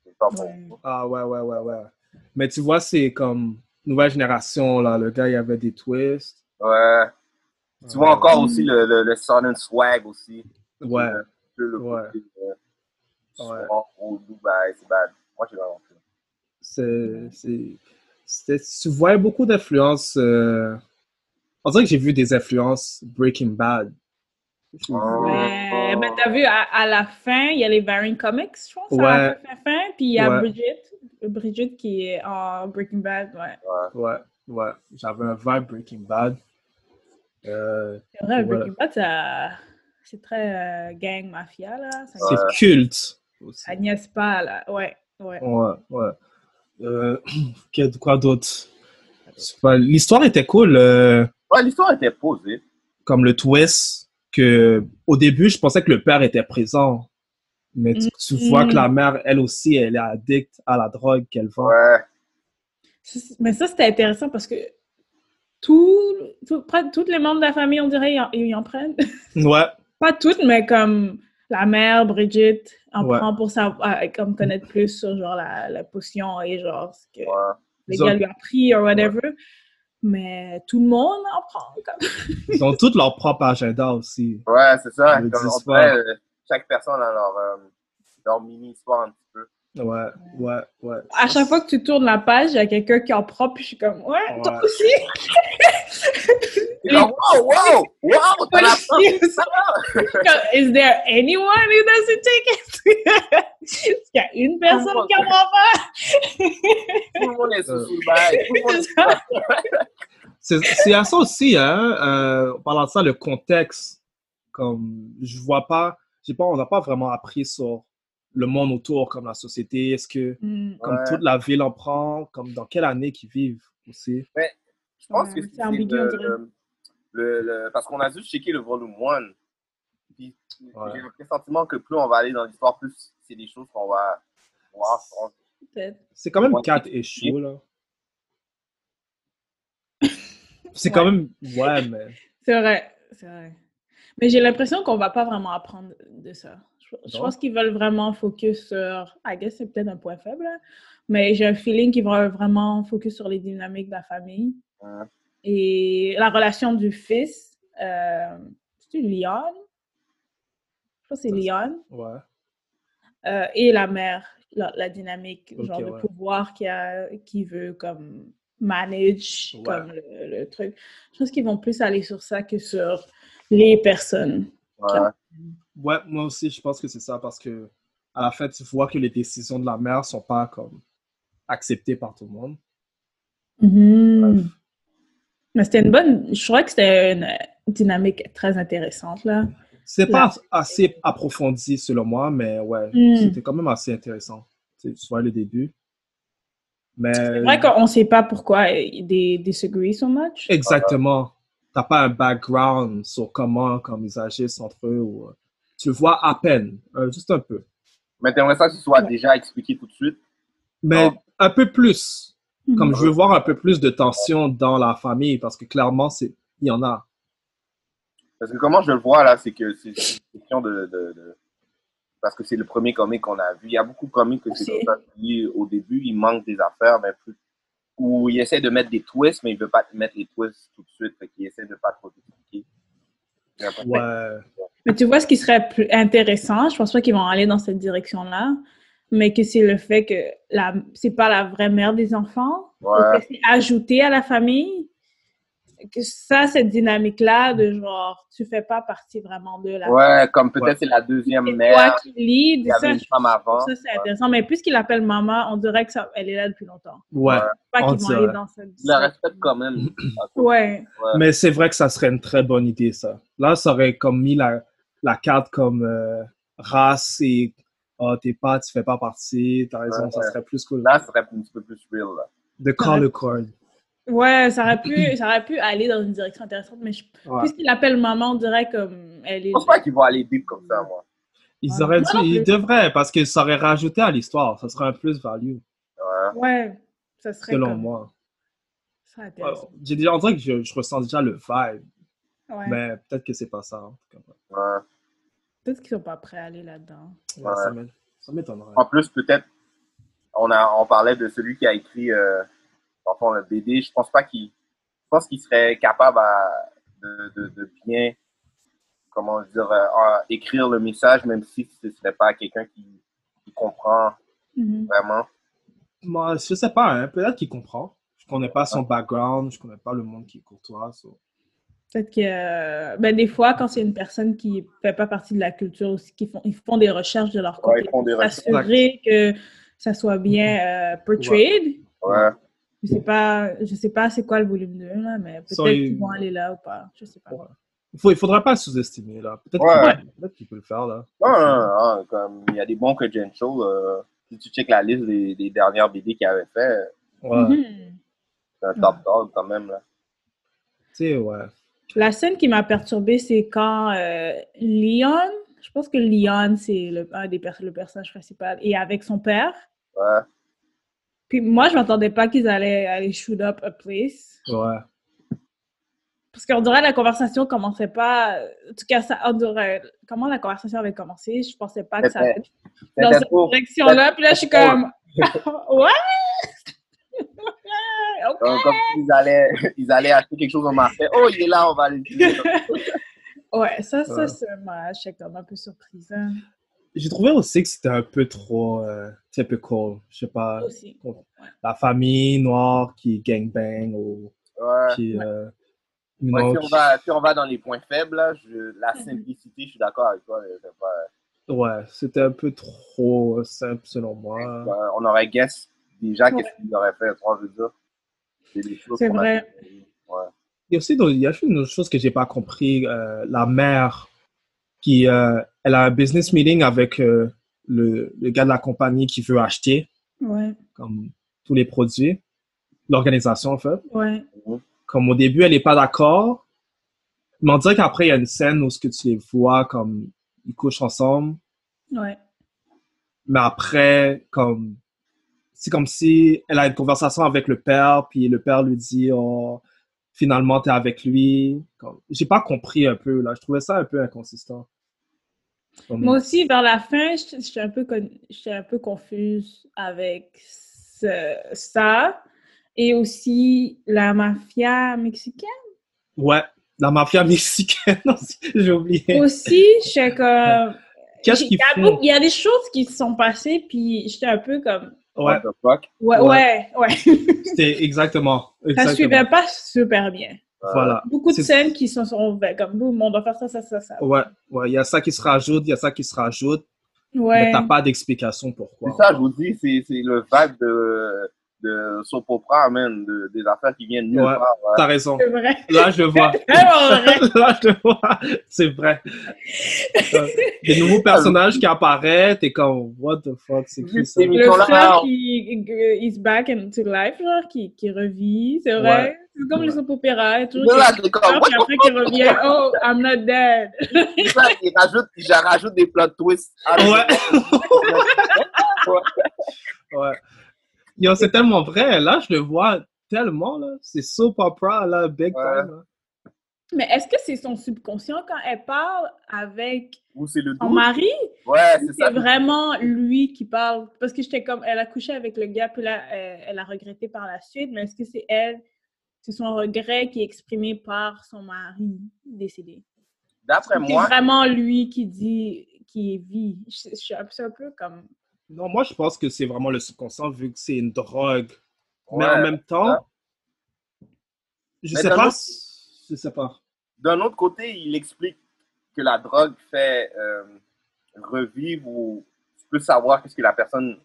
Speaker 1: C'est pas bon.
Speaker 2: Ouais.
Speaker 3: Ah ouais, ouais, ouais, ouais. Mais tu vois, c'est comme nouvelle génération, là. Le gars, il avait des twists.
Speaker 1: Ouais. Tu vois encore aussi le, le, le Southern Swag aussi.
Speaker 3: Ouais.
Speaker 1: Euh, peu le
Speaker 3: Ouais.
Speaker 1: côté euh,
Speaker 3: Ouais.
Speaker 1: soir au Dubaï, ben, c'est bad. Moi, j'ai vraiment pris.
Speaker 3: C'est, c'est, c'était- tu voyais beaucoup d'influences. euh, on dirait que j'ai vu des influences Breaking Bad. Je-
Speaker 2: Ouais, ben t'as vu, à, à la fin, il y a les Varying Comics, je pense, à
Speaker 3: Ouais.
Speaker 2: la fin, fin, fin, puis il y a
Speaker 3: Ouais.
Speaker 2: Bridget, Bridget qui est en Breaking Bad, ouais.
Speaker 3: Ouais, ouais. J'avais un vibe Breaking Bad. Euh,
Speaker 2: C'est vrai,
Speaker 3: Ouais.
Speaker 2: Breaking Bad, ça- c'est très euh, gang mafia, là. Ça,
Speaker 3: C'est culte. aussi.
Speaker 2: ça niaise pas, là, ouais, ouais.
Speaker 3: Ouais, ouais. Euh, qu'est- quoi d'autre? Je sais pas, L'histoire était cool. euh,
Speaker 1: Ouais, l'histoire était posée.
Speaker 3: comme le twist que au début je pensais que le père était présent mais tu, tu
Speaker 2: Mm-hmm.
Speaker 3: vois que la mère elle aussi elle est addict à la drogue qu'elle vend
Speaker 1: Ouais.
Speaker 2: Ça, c'est- Mais ça, c'était intéressant parce que tout, tout, presque tous les membres de la famille, on dirait, ils en, ils en prennent.
Speaker 3: ouais,
Speaker 2: pas toutes, mais comme la mère, Bridget, en
Speaker 3: Ouais.
Speaker 2: prend pour savoir, euh, comme connaître plus sur genre la, la potion et genre ce que
Speaker 1: Ouais.
Speaker 2: les
Speaker 3: Ils ont-
Speaker 2: gars lui ont pris ou whatever. Mais tout le monde en prend. Comme...
Speaker 3: ils ont toutes leur propre agenda aussi
Speaker 1: Ouais, c'est ça.
Speaker 3: Ils le
Speaker 1: Comme on
Speaker 3: disent
Speaker 1: dirait,
Speaker 3: pas.
Speaker 1: euh, chaque personne a leur, euh, leur mini-histoire un petit peu.
Speaker 3: ouais ouais ouais
Speaker 2: À chaque fois que tu tournes la page, il y a quelqu'un qui en prend, puis je suis comme, ouais, toi
Speaker 3: Ouais.
Speaker 2: aussi!
Speaker 1: C'est comme, wow, wow, wow, t'as la
Speaker 2: Toi aussi. Comme, Is there anyone who doesn't take it? Est-ce qu'il y a une
Speaker 1: Ah,
Speaker 2: personne qui en prend pas?
Speaker 1: Tout le monde est sous sous le bail. Tout le monde est sous
Speaker 3: c'est c'est à ça aussi hein euh, en parlant de ça le contexte comme je vois pas j'ai pas on n'a pas vraiment appris sur le monde autour comme la société est-ce que
Speaker 2: Hmm.
Speaker 3: comme
Speaker 1: Ouais.
Speaker 3: toute la ville en prend comme dans quelle année qu'ils vivent aussi
Speaker 1: Je pense que
Speaker 2: Ouais,
Speaker 1: c'est
Speaker 2: Ah, c'est ambigu,
Speaker 1: le-
Speaker 2: on dirait.
Speaker 1: le- Euh, le- le- parce qu'on a dû checker le volume 1. Puis
Speaker 3: Ouais.
Speaker 1: j'ai le pressentiment que plus on va aller dans l'histoire, plus c'est des choses qu'on va voir. qu'on-
Speaker 2: Peut-être.
Speaker 3: C'est quand même
Speaker 1: Ouais.
Speaker 3: quatre échoues, là. C'est quand
Speaker 2: Ouais.
Speaker 3: même. Ouais, mais.
Speaker 2: C'est vrai, c'est vrai. Mais j'ai l'impression qu'on va pas vraiment apprendre de ça. Je, je
Speaker 3: Non.
Speaker 2: pense qu'ils veulent vraiment focus sur. I guess c'est peut-être un point faible, là, mais j'ai un feeling qu'ils vont vraiment focus sur les dynamiques de la famille
Speaker 1: Ouais.
Speaker 2: et la relation du fils. Euh, c'est Leon? Je pense que c'est Leon.
Speaker 3: Ouais.
Speaker 2: Euh, et la mère, la, la dynamique,
Speaker 3: Ok,
Speaker 2: genre de
Speaker 3: ouais.
Speaker 2: pouvoir qu'il y a- qui veut comme manage,
Speaker 3: Ouais.
Speaker 2: comme le, le truc. Je pense qu'ils vont plus aller sur ça que sur les personnes.
Speaker 1: Ouais.
Speaker 3: Ouais, moi aussi, je pense que c'est ça parce que à la fin, tu vois que les décisions de la mère sont pas comme acceptées par tout le monde.
Speaker 2: Hmm.
Speaker 3: Bref.
Speaker 2: Mhm. Mais c'était une bonne, je crois que c'était une dynamique très intéressante
Speaker 3: Euh,
Speaker 2: là.
Speaker 3: C'est pas assez approfondi selon moi, mais ouais,
Speaker 2: Mm.
Speaker 3: c'était quand même assez intéressant. Tu sais, tu vois le début. Mais.
Speaker 2: C'est vrai qu'on ne sait pas pourquoi des disagree so much.
Speaker 3: Exactement. T'as pas un background sur comment comme ils agissent entre eux. Ou, euh, tu le vois à peine, euh, juste un peu.
Speaker 1: Mais t'aimerais ça que ce soit déjà expliqué tout de suite.
Speaker 3: Mais
Speaker 1: Ah.
Speaker 3: un peu plus.
Speaker 2: Mhm.
Speaker 3: Comme je veux voir un peu plus de tension dans la famille parce que clairement, c'est il y en a.
Speaker 1: Parce que comment je le vois là, c'est que c'est c'est une question de, de- de- Parce que c'est le premier comique qu'on a vu. Il y a beaucoup de comiques que c'est
Speaker 2: Aussi.
Speaker 1: comme ça. Lui, Au début, il manque des affaires, mais plus. Ou il essaie de mettre des twists, mais il veut pas te mettre les twists tout de suite. Fait qu'il essaie de pas trop t'expliquer. J'ai l'impression que
Speaker 3: Ouais.
Speaker 2: Mais tu vois, ce qui serait plus intéressant, je pense pas qu'ils vont aller dans cette direction-là, mais que c'est le fait que la, c'est pas la vraie mère des enfants,
Speaker 1: Ouais.
Speaker 2: ou que c'est ajouté à la famille, que ça, cette dynamique-là de genre, tu fais pas partie vraiment de la
Speaker 1: Ouais, comme peut-être
Speaker 3: Ouais.
Speaker 1: c'est la deuxième
Speaker 2: C'est toi
Speaker 1: mère.
Speaker 2: qui lead,
Speaker 1: Il y avait
Speaker 2: ça,
Speaker 1: une
Speaker 2: je-
Speaker 1: femme avant.
Speaker 2: ça, c'est intéressant. Mais puisqu'il l'appelle maman, on dirait que ça, elle est là depuis longtemps.
Speaker 3: Ouais.
Speaker 2: Pas
Speaker 3: On
Speaker 2: qu'ils vont aller
Speaker 3: dirait.
Speaker 2: dans cette
Speaker 1: Je la respecte quand même.
Speaker 2: Ouais.
Speaker 3: Mais c'est vrai que ça serait une très bonne idée, ça. Là, ça aurait comme mis la, la carte comme euh, race et ah, t'es pas, tu fais pas partie, t'as raison,
Speaker 1: Ouais,
Speaker 3: ça
Speaker 1: ouais.
Speaker 3: serait plus cool.
Speaker 1: Là, ce serait un petit peu plus real. Là.
Speaker 3: De color code.
Speaker 2: Ouais, ça aurait, pu, ça aurait pu aller dans une direction intéressante, mais je-
Speaker 3: Ouais.
Speaker 2: puisqu'il l'appelle maman, on dirait comme elle est.
Speaker 1: Je pense pas qu'ils vont aller deep comme ça, moi.
Speaker 3: Ils
Speaker 2: Ouais.
Speaker 3: auraient
Speaker 2: Moi
Speaker 3: dû,
Speaker 2: non
Speaker 3: ils
Speaker 2: plus.
Speaker 3: devraient, parce que ça aurait rajouté à l'histoire. Ça serait un plus value,
Speaker 1: Ouais.
Speaker 2: Ouais, ça serait
Speaker 3: selon
Speaker 2: comme.
Speaker 3: moi.
Speaker 2: Ça serait intéressant.
Speaker 3: Ouais, J'ai déjà, on dirait que je, je ressens déjà le vibe,
Speaker 2: Ouais.
Speaker 3: mais peut-être que c'est pas ça. en tout cas.
Speaker 1: ouais.
Speaker 2: Peut-être qu'ils sont pas prêts à aller là-dedans.
Speaker 3: Ouais, ça m'é- Ça m'étonnerait.
Speaker 1: En plus, peut-être, on, a- on parlait de celui qui a écrit euh, dans le fond, le BD. Je pense pas qu'il je pense qu'il serait capable à- de, de, de bien comment dire, euh, euh, écrire le message, même si ce serait pas quelqu'un qui, qui comprend
Speaker 2: Mhm.
Speaker 1: vraiment.
Speaker 3: Moi, je sais pas, hein, peut-être qu'il comprend. Je connais pas son background, je connais pas le monde qui est courtois. so.
Speaker 2: Peut-être que, euh, ben, des fois, quand c'est une personne qui fait pas partie de la culture aussi, qu'ils font, ils font des recherches de leur côté
Speaker 1: Ouais, ils font des
Speaker 2: pour
Speaker 1: recherches.
Speaker 2: s'assurer que ça soit bien euh, portrayed.
Speaker 1: Ouais.
Speaker 2: Je sais pas, je sais pas c'est quoi le volume 2, là, mais peut-être
Speaker 3: Sont les-
Speaker 2: qu'ils vont aller là ou pas. Je sais pas.
Speaker 3: Ouais. Il faut, il faudra pas le sous-estimer, là. Peut-être
Speaker 1: Ouais.
Speaker 3: qu'il peut, peut le faire, là.
Speaker 1: Non, non, non, comme il y a des bons credentials. euh, si tu checkes la liste des, des dernières BD qu'il avait fait, euh,
Speaker 3: Ouais.
Speaker 2: Mhm.
Speaker 1: c'est un top dog quand même. Là.
Speaker 3: Tu sais, ouais.
Speaker 2: La scène qui m'a perturbée, c'est quand euh, Leon, je pense que Leon, c'est le, un des pers- le personnage principal, et avec son père.
Speaker 1: Ouais.
Speaker 2: Puis moi, je m'attendais pas qu'ils allaient aller shoot up a place.
Speaker 3: Ouais.
Speaker 2: Parce qu'on dirait la conversation commençait pas. En tout cas, ça, on dirait, comment la conversation avait commencé, je pensais pas que ça allait dans
Speaker 1: C'était
Speaker 2: cette
Speaker 1: trop.
Speaker 2: direction-là. Puis là, je suis comme. What? Ok.
Speaker 1: Comme, comme s'ils allaient, ils allaient acheter quelque chose au marché. Oh, il est là, on va aller le tuer.
Speaker 2: Ouais, ça, ça,
Speaker 3: Ouais.
Speaker 2: c'est m'a j'étais comme un peu surprise. hein.
Speaker 3: J'ai trouvé aussi que c'était un peu trop euh, typical. Je sais pas.
Speaker 2: Aussi.
Speaker 3: La famille noire qui gangbang ou
Speaker 1: Ouais.
Speaker 3: qui. euh, you
Speaker 1: Ouais,
Speaker 3: know,
Speaker 1: si, on
Speaker 3: qui-
Speaker 1: va, si on va dans les points faibles, là, je-
Speaker 2: Mhm.
Speaker 1: la simplicité, je suis d'accord avec toi. là, c'est pas-
Speaker 3: Ouais, c'était un peu trop euh, simple selon moi.
Speaker 1: euh, on aurait guess déjà
Speaker 2: Ouais.
Speaker 1: qu'est-ce qu'ils auraient fait, tu vois, je veux dire. C'est des choses
Speaker 2: C'est
Speaker 1: qu'on a-
Speaker 2: vrai.
Speaker 1: Ouais.
Speaker 3: Il y a aussi d'autres- il y a juste une autre chose que j'ai pas compris. euh, la mère qui euh, elle a un business meeting avec euh, le, le gars de la compagnie qui veut acheter
Speaker 2: Ouais,
Speaker 3: comme tous les produits, l'organisation en fait.
Speaker 2: ouais.
Speaker 3: Comme au début elle n'est pas d'accord, mais on dirait qu'après il y a une scène où ce que tu les vois comme ils couchent ensemble,
Speaker 2: Ouais.
Speaker 3: mais après comme c'est comme si elle a une conversation avec le père puis le père lui dit oh finalement t'es avec lui Comme- j'ai pas compris un peu là je trouvais ça un peu inconsistant Comme-
Speaker 2: Moi aussi, vers la fin, je je suis un peu, con- je suis un peu confuse avec ce- ça et aussi la mafia mexicaine.
Speaker 3: ouais la mafia mexicaine aussi, j'ai oublié
Speaker 2: Aussi, je suis comme.
Speaker 3: Qu'est-ce
Speaker 2: j'ai-
Speaker 3: qu'ils
Speaker 2: il y a
Speaker 3: font?
Speaker 2: beaucoup- Il y a des choses qui se sont passées, puis j'étais un peu comme.
Speaker 3: ouais
Speaker 1: What the fuck?
Speaker 2: Ouais, ouais,
Speaker 3: Ouais.
Speaker 2: ouais.
Speaker 3: c'était exactement
Speaker 2: Ça suivait
Speaker 3: exactement
Speaker 2: pas super bien.
Speaker 3: voilà
Speaker 2: Beaucoup de
Speaker 3: C'est- Oh.
Speaker 2: scènes qui se sont faites comme boum, on doit faire ça, ça, ça, ça.
Speaker 3: ouais ouais il y a ça qui se rajoute il y a ça qui se rajoute mais
Speaker 2: Ouais.
Speaker 3: t'as pas d'explication pourquoi
Speaker 1: C'est ça, je vous dis, c'est c'est le vibe de, de soap opera, man, de- des affaires qui viennent nulle
Speaker 3: Ouais.
Speaker 1: part. ouais.
Speaker 3: t'as raison
Speaker 2: C'est vrai.
Speaker 3: là je le vois
Speaker 2: Vraiment vrai.
Speaker 3: Là, je te vois. C'est vrai. Euh, Des nouveaux personnages qui apparaissent, t'es comme, what the fuck, c'est qui ça?
Speaker 1: Ils
Speaker 2: Le
Speaker 1: sont là,
Speaker 2: frère
Speaker 1: on-
Speaker 2: qui euh, is back into life, genre, qui, qui revit, c'est vrai.
Speaker 3: Ouais.
Speaker 2: C'est comme les
Speaker 3: Ouais.
Speaker 2: soap opéra et tout.
Speaker 1: Mais là, c'est comme, what
Speaker 2: Puis après qui revient, oh, I'm not dead.
Speaker 1: the fuck? Ils rajoutent, ils rajoutent des plot twists. Ah,
Speaker 3: Ouais.
Speaker 1: Ouais.
Speaker 3: ouais. Yo, c'est tellement vrai. Là, je le vois tellement, là. C'est soap opera, là, big
Speaker 1: Ouais.
Speaker 3: time. là.
Speaker 2: Mais est-ce que c'est son subconscient quand elle parle avec
Speaker 1: Ou c'est le
Speaker 2: son
Speaker 1: doux.
Speaker 2: mari?
Speaker 1: Ouais, c'est ça.
Speaker 2: C'est vraiment lui qui parle. Parce que j'étais comme, elle a couché avec le gars, puis là, elle, elle a regretté par la suite. Mais est-ce que c'est elle, c'est son regret qui est exprimé par son mari décédé?
Speaker 1: D'après
Speaker 2: C'est
Speaker 1: moi,
Speaker 2: vraiment lui qui dit, qui vit. Je, je suis un peu- c'est un peu comme.
Speaker 3: Non, moi, je pense que c'est vraiment le subconscient vu que c'est une drogue. Mais
Speaker 1: Ouais.
Speaker 3: en même temps, je
Speaker 1: Mais
Speaker 3: sais
Speaker 1: d'un
Speaker 3: pas.
Speaker 1: autre-
Speaker 3: si- Je sais pas.
Speaker 1: d'un autre côté, il explique que la drogue fait euh, revivre ou tu peux savoir qu'est-ce que la personne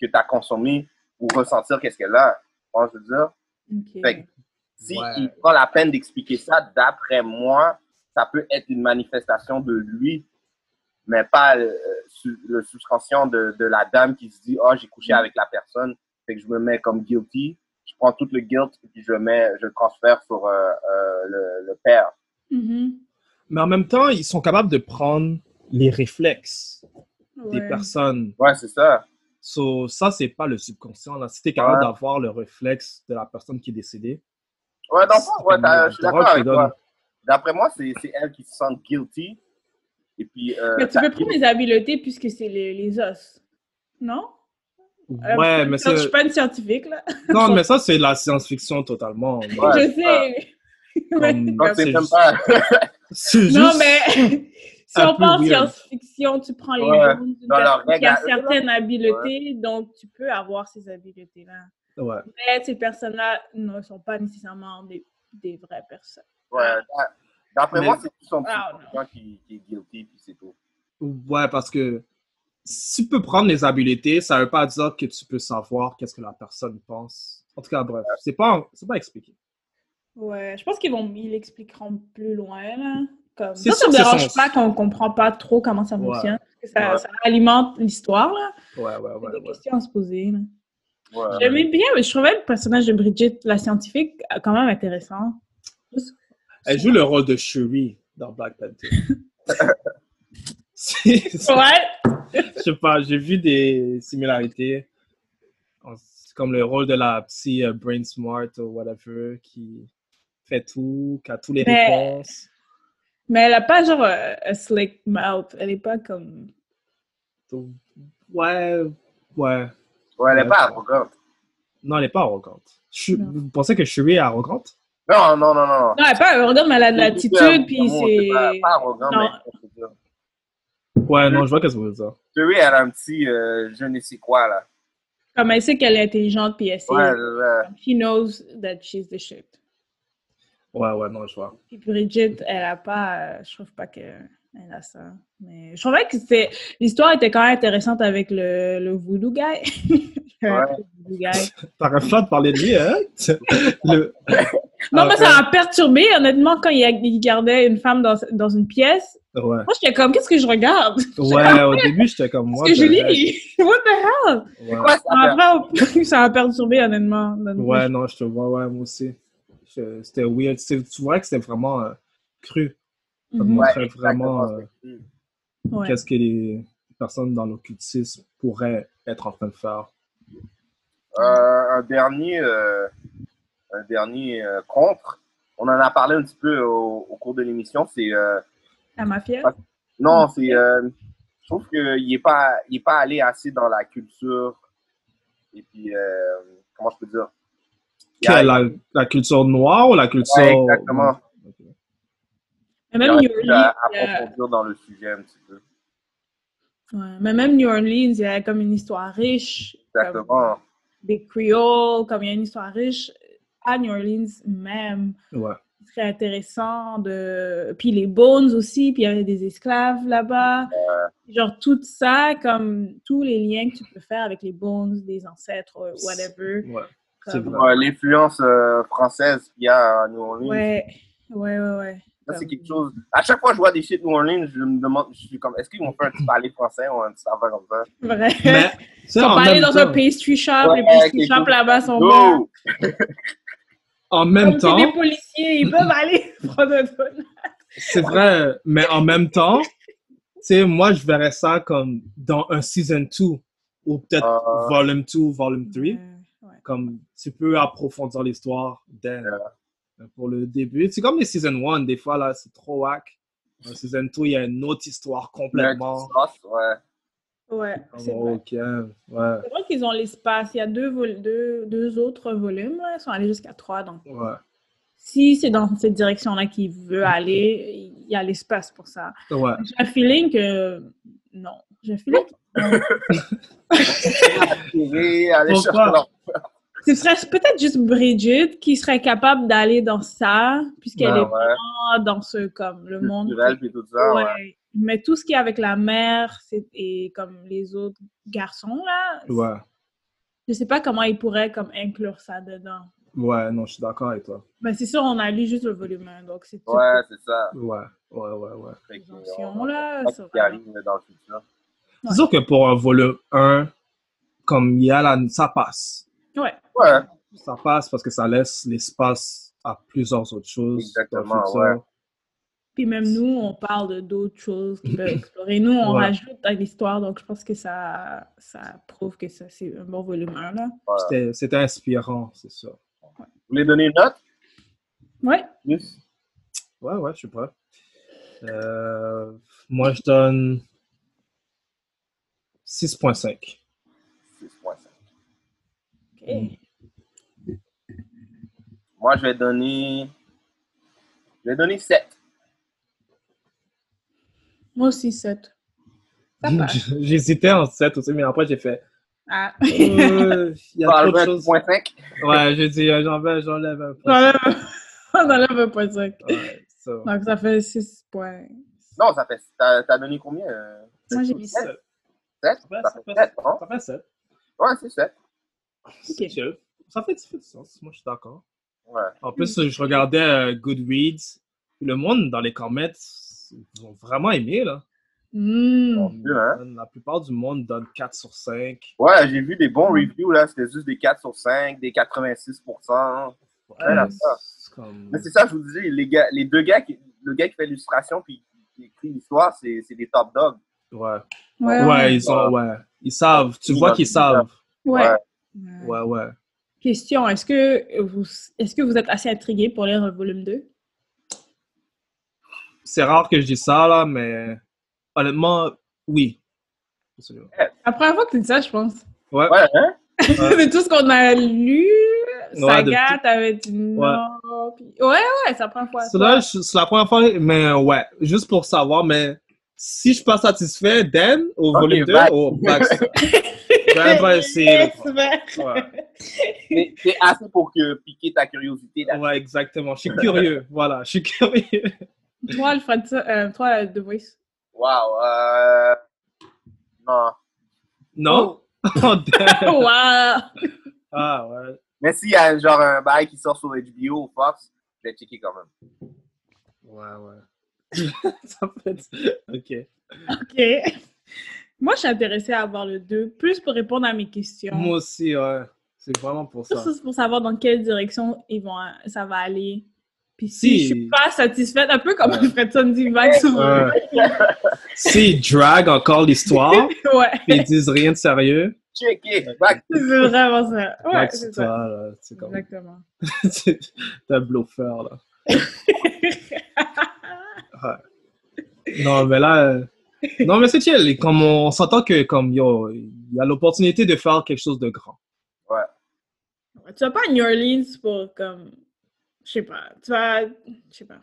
Speaker 1: que tu as consommée ou ressentir qu'est-ce qu'elle a. Tu vois, je veux dire,
Speaker 2: Ok.
Speaker 1: Fait que si
Speaker 3: Ouais.
Speaker 1: il prend la peine d'expliquer ça, d'après moi, ça peut être une manifestation de lui, mais pas euh, su- le subconscient de, de la dame qui se dit Oh, j'ai couché avec la personne, fait que je me mets comme guilty. Je prends tout le guilt et puis je le mets, je le transfère sur euh, euh, le, le père.
Speaker 2: Mhm.
Speaker 3: Mais en même temps, ils sont capables de prendre les réflexes des
Speaker 2: Ouais.
Speaker 3: personnes.
Speaker 1: Ouais, c'est ça.
Speaker 3: So, ça, c'est pas le subconscient. Là. Si t'es capable
Speaker 1: Ouais.
Speaker 3: d'avoir le réflexe de la personne qui est décédée,
Speaker 1: Ouais, dans le
Speaker 3: C'est
Speaker 1: fond, Ah, ouais,
Speaker 3: comme
Speaker 1: t'as-
Speaker 3: la
Speaker 1: je suis d'accord
Speaker 3: drogue
Speaker 1: avec
Speaker 3: qui donne.
Speaker 1: toi. D'après moi, c'est c'est elle qui se sent guilty. Et puis, euh,
Speaker 2: Mais tu
Speaker 1: ça-
Speaker 2: peux prendre les habiletés puisque c'est les, les os. Non? Euh,
Speaker 3: ouais, mais
Speaker 2: Je
Speaker 3: c'est.
Speaker 2: suis pas une scientifique, là.
Speaker 3: Non, mais ça, c'est de la science-fiction totalement.
Speaker 1: Ouais,
Speaker 2: je sais.
Speaker 3: Comme-
Speaker 2: Mais
Speaker 1: donc, c'est
Speaker 3: c'est
Speaker 1: même
Speaker 3: juste-
Speaker 1: pas.
Speaker 3: C'est
Speaker 2: Non,
Speaker 3: juste-
Speaker 2: mais si
Speaker 3: un
Speaker 2: on
Speaker 3: peu
Speaker 2: parle
Speaker 3: weird.
Speaker 2: science-fiction, tu prends les
Speaker 1: Ouais,
Speaker 2: règles d'une
Speaker 1: dans leurs
Speaker 2: personne qui a
Speaker 1: règles à eux, là.
Speaker 2: certaines habiletés, donc tu peux avoir ces habiletés-là.
Speaker 3: Ouais.
Speaker 2: Mais ces personnes-là ne sont pas nécessairement des, des vraies personnes.
Speaker 1: Ouais, d'a- D'après
Speaker 3: Mais-
Speaker 1: moi, c'est tout son petit
Speaker 2: Ah, non.
Speaker 1: gens qui, qui est guilty, puis c'est tout.
Speaker 3: Ouais, parce que si tu peux prendre les habiletés, ça veut pas dire que tu peux savoir qu'est-ce que la personne pense. En tout cas, bref, c'est pas, c'est pas expliqué.
Speaker 2: Ouais, je pense qu'ils vont, ils l'expliqueront plus loin, là. Comme...
Speaker 3: C'est
Speaker 2: Ça, ça
Speaker 3: sûr
Speaker 2: me
Speaker 3: que c'est
Speaker 2: dérange
Speaker 3: son-
Speaker 2: pas qu'on comprend pas trop comment ça
Speaker 3: Ouais.
Speaker 2: fonctionne. parce que ça,
Speaker 1: Ouais.
Speaker 2: ça alimente l'histoire, là.
Speaker 3: Ouais, ouais,
Speaker 2: C'est
Speaker 3: ouais.
Speaker 2: des
Speaker 3: ouais.
Speaker 2: questions à se poser, là.
Speaker 1: Ouais.
Speaker 2: J'aimais bien, mais je trouvais le personnage de Bridget, la scientifique, quand même intéressant.
Speaker 3: Elle joue le rôle de Shuri dans Black Panther. C'est- c'est-
Speaker 2: Ouais,
Speaker 3: Je sais pas, j'ai vu des similarités. En- c'est Comme le rôle de la psy euh, Brain Smart ou whatever qui fait tout, qui a toutes les
Speaker 2: Mais-
Speaker 3: réponses.
Speaker 2: mais elle a pas genre euh, un slick mouth. Elle est pas comme.
Speaker 3: Donc, ouais, ouais.
Speaker 1: Ouais, elle est
Speaker 3: Ouais.
Speaker 1: pas arrogante.
Speaker 3: Non, elle n'est pas arrogante. Chu-
Speaker 2: Non.
Speaker 3: Vous pensez que Shuri est arrogante?
Speaker 1: Non, non, non, non.
Speaker 2: Non, elle est pas arrogante, mais elle a de l'attitude, puis c'est.
Speaker 1: Pas, pas arrogant,
Speaker 2: Non.
Speaker 1: mais. c'est ça.
Speaker 3: Ouais, non, je vois qu'est-ce que vous voulez dire.
Speaker 1: Shuri, elle a un petit euh, je ne sais quoi, là.
Speaker 2: Comme elle sait qu'elle est intelligente, puis elle sait.
Speaker 1: Ouais, là.
Speaker 2: She knows that she's the shit.
Speaker 3: Ouais, ouais, non, je vois.
Speaker 2: Puis Bridget, elle a pas. euh, je trouve pas qu'elle a ça. Mais je trouvais que c'était. L'histoire était quand même intéressante avec le, le voodoo guy. Le voodoo guy.
Speaker 3: T'arrêtes pas de parler de lui, hein? Le-
Speaker 2: Non, moi,
Speaker 3: Ah,
Speaker 2: ça m'a perturbé, honnêtement, quand il, il gardait une femme dans, dans une pièce.
Speaker 3: Ouais.
Speaker 2: Moi, j'étais comme, qu'est-ce que je regarde?
Speaker 3: Ouais, au début, j'étais comme moi. ben,
Speaker 2: Qu'est-ce que je lis? What the hell?
Speaker 3: Ouais.
Speaker 2: Ça m'a vraiment- ça m'a perturbé, honnêtement. honnêtement.
Speaker 3: Ouais, non, je te vois, ouais, moi aussi. Je- C'était weird. C'est- Tu vois que c'était vraiment euh, cru. Ça te
Speaker 2: Mhm.
Speaker 3: montrait
Speaker 1: Ouais,
Speaker 3: vraiment
Speaker 1: exactement,
Speaker 3: euh,
Speaker 2: Ouais.
Speaker 3: qu'est-ce que les personnes dans l'occultisme pourraient être en train de faire.
Speaker 1: Euh, un dernier, euh, un dernier euh, contre. On en a parlé un petit peu au, au cours de l'émission. C'est euh,
Speaker 2: La mafia?
Speaker 1: non, c'est. euh, je trouve qu'il n'est pas, il est pas allé assez dans la culture. Et puis, euh, comment je peux dire Il y a-
Speaker 3: Quelle, la, la culture noire ou la culture.
Speaker 1: Ouais, exactement.
Speaker 3: Ok.
Speaker 2: Mais
Speaker 1: il
Speaker 2: même,
Speaker 1: aurait
Speaker 2: New
Speaker 1: pu
Speaker 2: Orleans, euh,
Speaker 1: approfondir dans le sujet un petit peu.
Speaker 2: ouais, mais même New Orleans, il y a comme une histoire riche. comme
Speaker 1: Exactement.
Speaker 2: Des Creoles, comme il y a une histoire riche à New Orleans même.
Speaker 3: Ouais.
Speaker 2: Ce serait intéressant de. Puis les Bones aussi, puis il y avait des esclaves là-bas. Genre tout ça, comme tous les liens que tu peux faire avec les Bones, des ancêtres, euh, whatever.
Speaker 3: Ouais. C'est
Speaker 2: Comme...
Speaker 3: vrai.
Speaker 1: Ouais, L'influence euh, française qu'il y a à New Orleans.
Speaker 2: Ouais, ouais, ouais, ouais.
Speaker 1: Ça, c'est
Speaker 2: Comme-
Speaker 1: quelque chose. À chaque fois que je vois des shit New Orleans, je me demande, je suis comme, est-ce qu'ils vont faire un petit parler français ou un petit affaire comme ça?
Speaker 2: Vrai.
Speaker 3: Mais,
Speaker 2: Ils
Speaker 3: ça,
Speaker 2: sont
Speaker 3: en
Speaker 2: pas allés
Speaker 3: même
Speaker 2: dans un
Speaker 3: temps-
Speaker 2: pastry shop,
Speaker 1: Ouais,
Speaker 2: les pastry
Speaker 1: quelque
Speaker 2: shops
Speaker 1: chose.
Speaker 2: là-bas sont bons.
Speaker 1: Go!
Speaker 3: En
Speaker 2: Comme
Speaker 3: même
Speaker 2: c'est des
Speaker 3: temps,
Speaker 2: policiers, ils peuvent aller prendre un donut.
Speaker 3: c'est vrai, mais en même temps, tu sais, moi, je verrais ça comme dans un season 2 ou peut-être
Speaker 1: Ah.
Speaker 3: volume 2, volume 3,
Speaker 2: Ouais, ouais.
Speaker 3: comme tu peux approfondir l'histoire dès
Speaker 1: Ouais.
Speaker 3: Mais pour le début. C'est comme les season 1, des fois, là, c'est trop whack. Dans season 2, il y a une autre histoire complètement.
Speaker 1: Sauce, ouais.
Speaker 2: Ouais, c'est
Speaker 3: Comme,
Speaker 2: vrai.
Speaker 3: ok, ouais,
Speaker 2: C'est vrai qu'ils ont l'espace. Il y a deux, vol- deux, deux autres volumes. là. Ils sont allés jusqu'à trois. Donc,
Speaker 3: ouais.
Speaker 2: si c'est dans cette direction-là qu'il veut aller, il y a l'espace pour ça.
Speaker 3: Ouais.
Speaker 2: J'ai un feeling que non. J'ai un feeling que
Speaker 1: Attirer, aller
Speaker 3: Pourquoi?
Speaker 1: chercher leur.
Speaker 2: ce serait peut-être juste Brigitte qui serait capable d'aller dans ça, puisqu'elle
Speaker 3: Ouais,
Speaker 2: est
Speaker 1: Ouais, ouais.
Speaker 2: vraiment dans ce, comme, le monde.
Speaker 1: Culturel puis tout ça, ouais.
Speaker 2: Ouais. Mais tout ce qui est avec la mère c'est- et comme les autres garçons, là,
Speaker 3: Ouais.
Speaker 2: je sais pas comment ils pourraient comme, inclure ça dedans.
Speaker 3: Ouais, non, je suis d'accord avec toi.
Speaker 2: Mais c'est sûr, on a lu juste le volume 1, donc c'est toutes
Speaker 1: Ouais, c'est ça.
Speaker 3: Ouais, ouais, ouais, ouais.
Speaker 1: Fait que,
Speaker 2: les
Speaker 1: euh,
Speaker 2: options,
Speaker 1: on-
Speaker 2: là.
Speaker 1: on-
Speaker 2: ça
Speaker 1: qui
Speaker 2: va.
Speaker 1: arrive dans le futur.
Speaker 2: Ouais.
Speaker 3: Disons que pour un volume 1, comme il y a la, ça passe.
Speaker 2: Ouais,
Speaker 1: Ouais,
Speaker 3: Ça passe parce que ça laisse l'espace à plusieurs autres choses. dans le
Speaker 1: Exactement,
Speaker 3: futur.
Speaker 1: ouais.
Speaker 2: puis même nous, on parle de d'autres choses qu'ils peuvent explorer. Nous, on
Speaker 3: Ouais.
Speaker 2: rajoute à l'histoire, donc je pense que ça, ça prouve que ça, c'est un bon volume 1, là.
Speaker 1: ouais.
Speaker 3: C'était- C'était inspirant, c'est ça.
Speaker 1: Vous voulez donner une note?
Speaker 2: Ouais,
Speaker 1: Yes.
Speaker 3: Ouais, ouais, je suis prêt. Euh, moi, je donne 6.5.
Speaker 1: 6.5.
Speaker 2: ok.
Speaker 3: Mm.
Speaker 1: Moi, je vais donner. Je vais donner 7.
Speaker 2: Moi aussi, 7. Ça passe.
Speaker 3: J'hésitais en 7 aussi, mais après j'ai fait.
Speaker 2: Ah.
Speaker 3: euh, Il y a
Speaker 1: Bon,
Speaker 3: trop
Speaker 1: enlever
Speaker 3: de
Speaker 1: un
Speaker 3: choses.
Speaker 1: point cinq.
Speaker 3: Ouais, j'ai dit, euh, j'enlève, j'enlève un point.
Speaker 2: J'enlève on enlève un point cinq.
Speaker 3: Ouais, so,
Speaker 2: Donc, ça fait 6 points.
Speaker 1: Non, ça fait. T'as t'as donné combien euh,
Speaker 2: Moi, j'ai
Speaker 3: sept.
Speaker 2: mis sept.
Speaker 1: sept?
Speaker 3: Ouais,
Speaker 1: Ça
Speaker 3: ça
Speaker 1: fait
Speaker 3: fait-
Speaker 1: 7, non?
Speaker 3: Ça fait 7.
Speaker 1: Ouais, c'est 7.
Speaker 2: Ok.
Speaker 3: Ça fait, ça fait du sens. Moi, je suis d'accord.
Speaker 1: Ouais.
Speaker 3: En plus, je regardais euh, Goodreads. Le monde dans les comments, ils ont vraiment aimé, là.
Speaker 2: Hmm.
Speaker 3: Bon,
Speaker 1: Dieu, hein?
Speaker 3: La plupart du monde donne 4 sur 5.
Speaker 1: Ouais, j'ai vu des bons reviews, là. C'était juste des 4 sur 5, des 86%. là, ça.
Speaker 3: c'est comme...
Speaker 1: Mais c'est ça, je vous disais, les, gars, les deux gars, qui, le gars qui fait l'illustration puis qui écrit l'histoire, c'est c'est des top dogs.
Speaker 3: Ouais.
Speaker 2: Ouais.
Speaker 3: Ouais,
Speaker 2: ouais.
Speaker 3: ils ont, ouais. Ils savent. Tu vois qu'ils savent.
Speaker 2: Ouais. Ouais.
Speaker 3: Ouais, ouais.
Speaker 2: Question, est-ce que, vous, est-ce que vous êtes assez intrigué pour lire le volume 2?
Speaker 3: C'est rare que je dis ça, là, mais honnêtement, oui. Absolument.
Speaker 2: La première fois que tu dis ça, je pense.
Speaker 3: Ouais.
Speaker 1: Ouais, hein?
Speaker 2: de tout ce qu'on a lu,
Speaker 3: de
Speaker 2: Saga, t'avais dit non. puis- Ouais, ouais, c'est la première fois.
Speaker 3: C'est là, je- c'est la première fois, mais euh, ouais, juste pour savoir, mais si je suis pas satisfait, then, au
Speaker 1: Ok,
Speaker 3: volume 2,
Speaker 1: back.
Speaker 3: oh, Ben, back. J'avais pas essayé.
Speaker 2: Yes,
Speaker 3: le prendre.
Speaker 2: man.
Speaker 3: Ouais.
Speaker 1: Mais C'est assez pour que piquer ta curiosité. Là.
Speaker 3: ouais, exactement. Je suis curieux. Voilà, je suis curieux.
Speaker 2: Toi, Alfred, ça- euh, toi, The Voice.
Speaker 1: Wow. Euh... Non.
Speaker 3: Non? Oh, damn.
Speaker 2: Wow!
Speaker 3: ah ouais.
Speaker 1: Mais s'il y a genre un bail qui sort sur HBO ou Fox, je vais checker quand même.
Speaker 3: Ouais, ouais. Ça fait... Ok.
Speaker 2: OK. Moi, je suis intéressée à avoir le 2, plus pour répondre à mes questions.
Speaker 3: Moi aussi, ouais. C'est vraiment pour ça.
Speaker 2: Plus pour savoir dans quelle direction ils vont, euh, ça va aller. Puis si,
Speaker 3: Si.
Speaker 2: je suis pas satisfaite, un peu comme
Speaker 3: Ouais.
Speaker 2: Alfredson dit Max souvent.
Speaker 3: Ouais. S'ils draguent encore l'histoire,
Speaker 2: Ouais,
Speaker 3: puis ils disent rien de sérieux,
Speaker 1: Checker! Back.
Speaker 2: c'est vraiment ça. Ouais,
Speaker 3: Max,
Speaker 2: c'est
Speaker 3: toi,
Speaker 2: ça.
Speaker 3: là, c'est comme...
Speaker 2: Exactement.
Speaker 3: T'es un bluffeur, là. Non, mais là. euh, Non, mais c'est chill. Et Comme on s'entend que, comme, yo, il y a l'opportunité de faire quelque chose de grand.
Speaker 2: tu vas pas à New Orleans pour comme. Je sais pas. Tu vas. Je sais pas.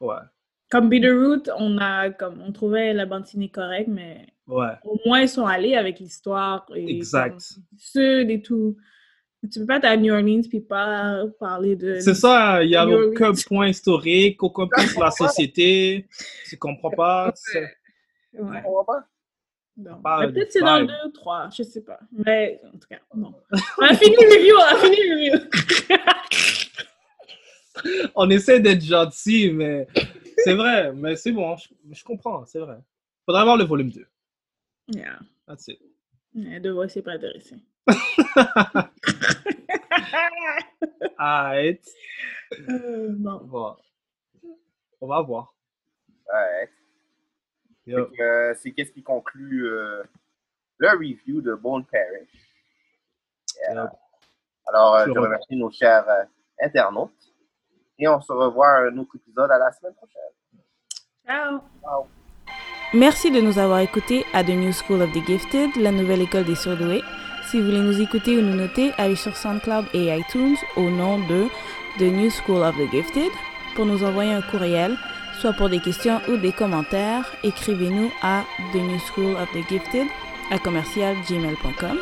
Speaker 3: Ouais.
Speaker 2: Comme Bitterroot, on a comme on trouvait la bande ciné correcte, mais
Speaker 3: Ouais.
Speaker 2: au moins ils sont allés avec l'histoire et
Speaker 3: Exact.
Speaker 2: comme, Sud et tout. Tu peux pas être à New Orleans puis pas parler de.
Speaker 3: C'est ça, il n'y a
Speaker 2: New Orleans.
Speaker 3: aucun point historique, aucun point sur la société. Tu comprends pas. c'est-
Speaker 2: Ouais.
Speaker 1: On va pas?
Speaker 2: Non. Mais
Speaker 3: parle du
Speaker 2: Peut-être c'est dans
Speaker 3: vibe.
Speaker 2: deux, trois, je sais pas. Mais en tout cas, non. On a fini le review, on a fini le review.
Speaker 3: On essaie d'être gentil, mais c'est vrai. Mais c'est bon, je, je comprends, c'est vrai. Faudrait avoir le volume 2.
Speaker 2: yeah.
Speaker 3: That's it.
Speaker 2: Ouais, De voix, c'est pas intéressant.
Speaker 3: Alright.
Speaker 2: Euh, bon.
Speaker 3: Bon. On va voir.
Speaker 1: Ouais.
Speaker 3: Yo.
Speaker 1: Fait que, euh, c'est qu'est-ce qui conclut euh, le review de Bone Parish. Yeah.
Speaker 3: Yep.
Speaker 1: Alors, euh,
Speaker 3: Je
Speaker 1: je
Speaker 3: le rem-
Speaker 1: remercie nos chers euh, internautes et on se revoit à un autre épisode à la semaine prochaine.
Speaker 2: Ciao!
Speaker 6: Merci de nous avoir écoutés à The New School of the Gifted, la nouvelle école des surdoués. Si vous voulez nous écouter ou nous noter, allez sur SoundCloud et iTunes au nom de The New School of the Gifted pour nous envoyer un courriel, soit pour des questions ou des commentaires. Écrivez-nous à The New School of the Gifted à commercialgmail.com.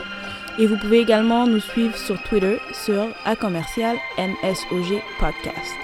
Speaker 6: Et vous pouvez également nous suivre sur Twitter sur à commercial NSOG Podcast.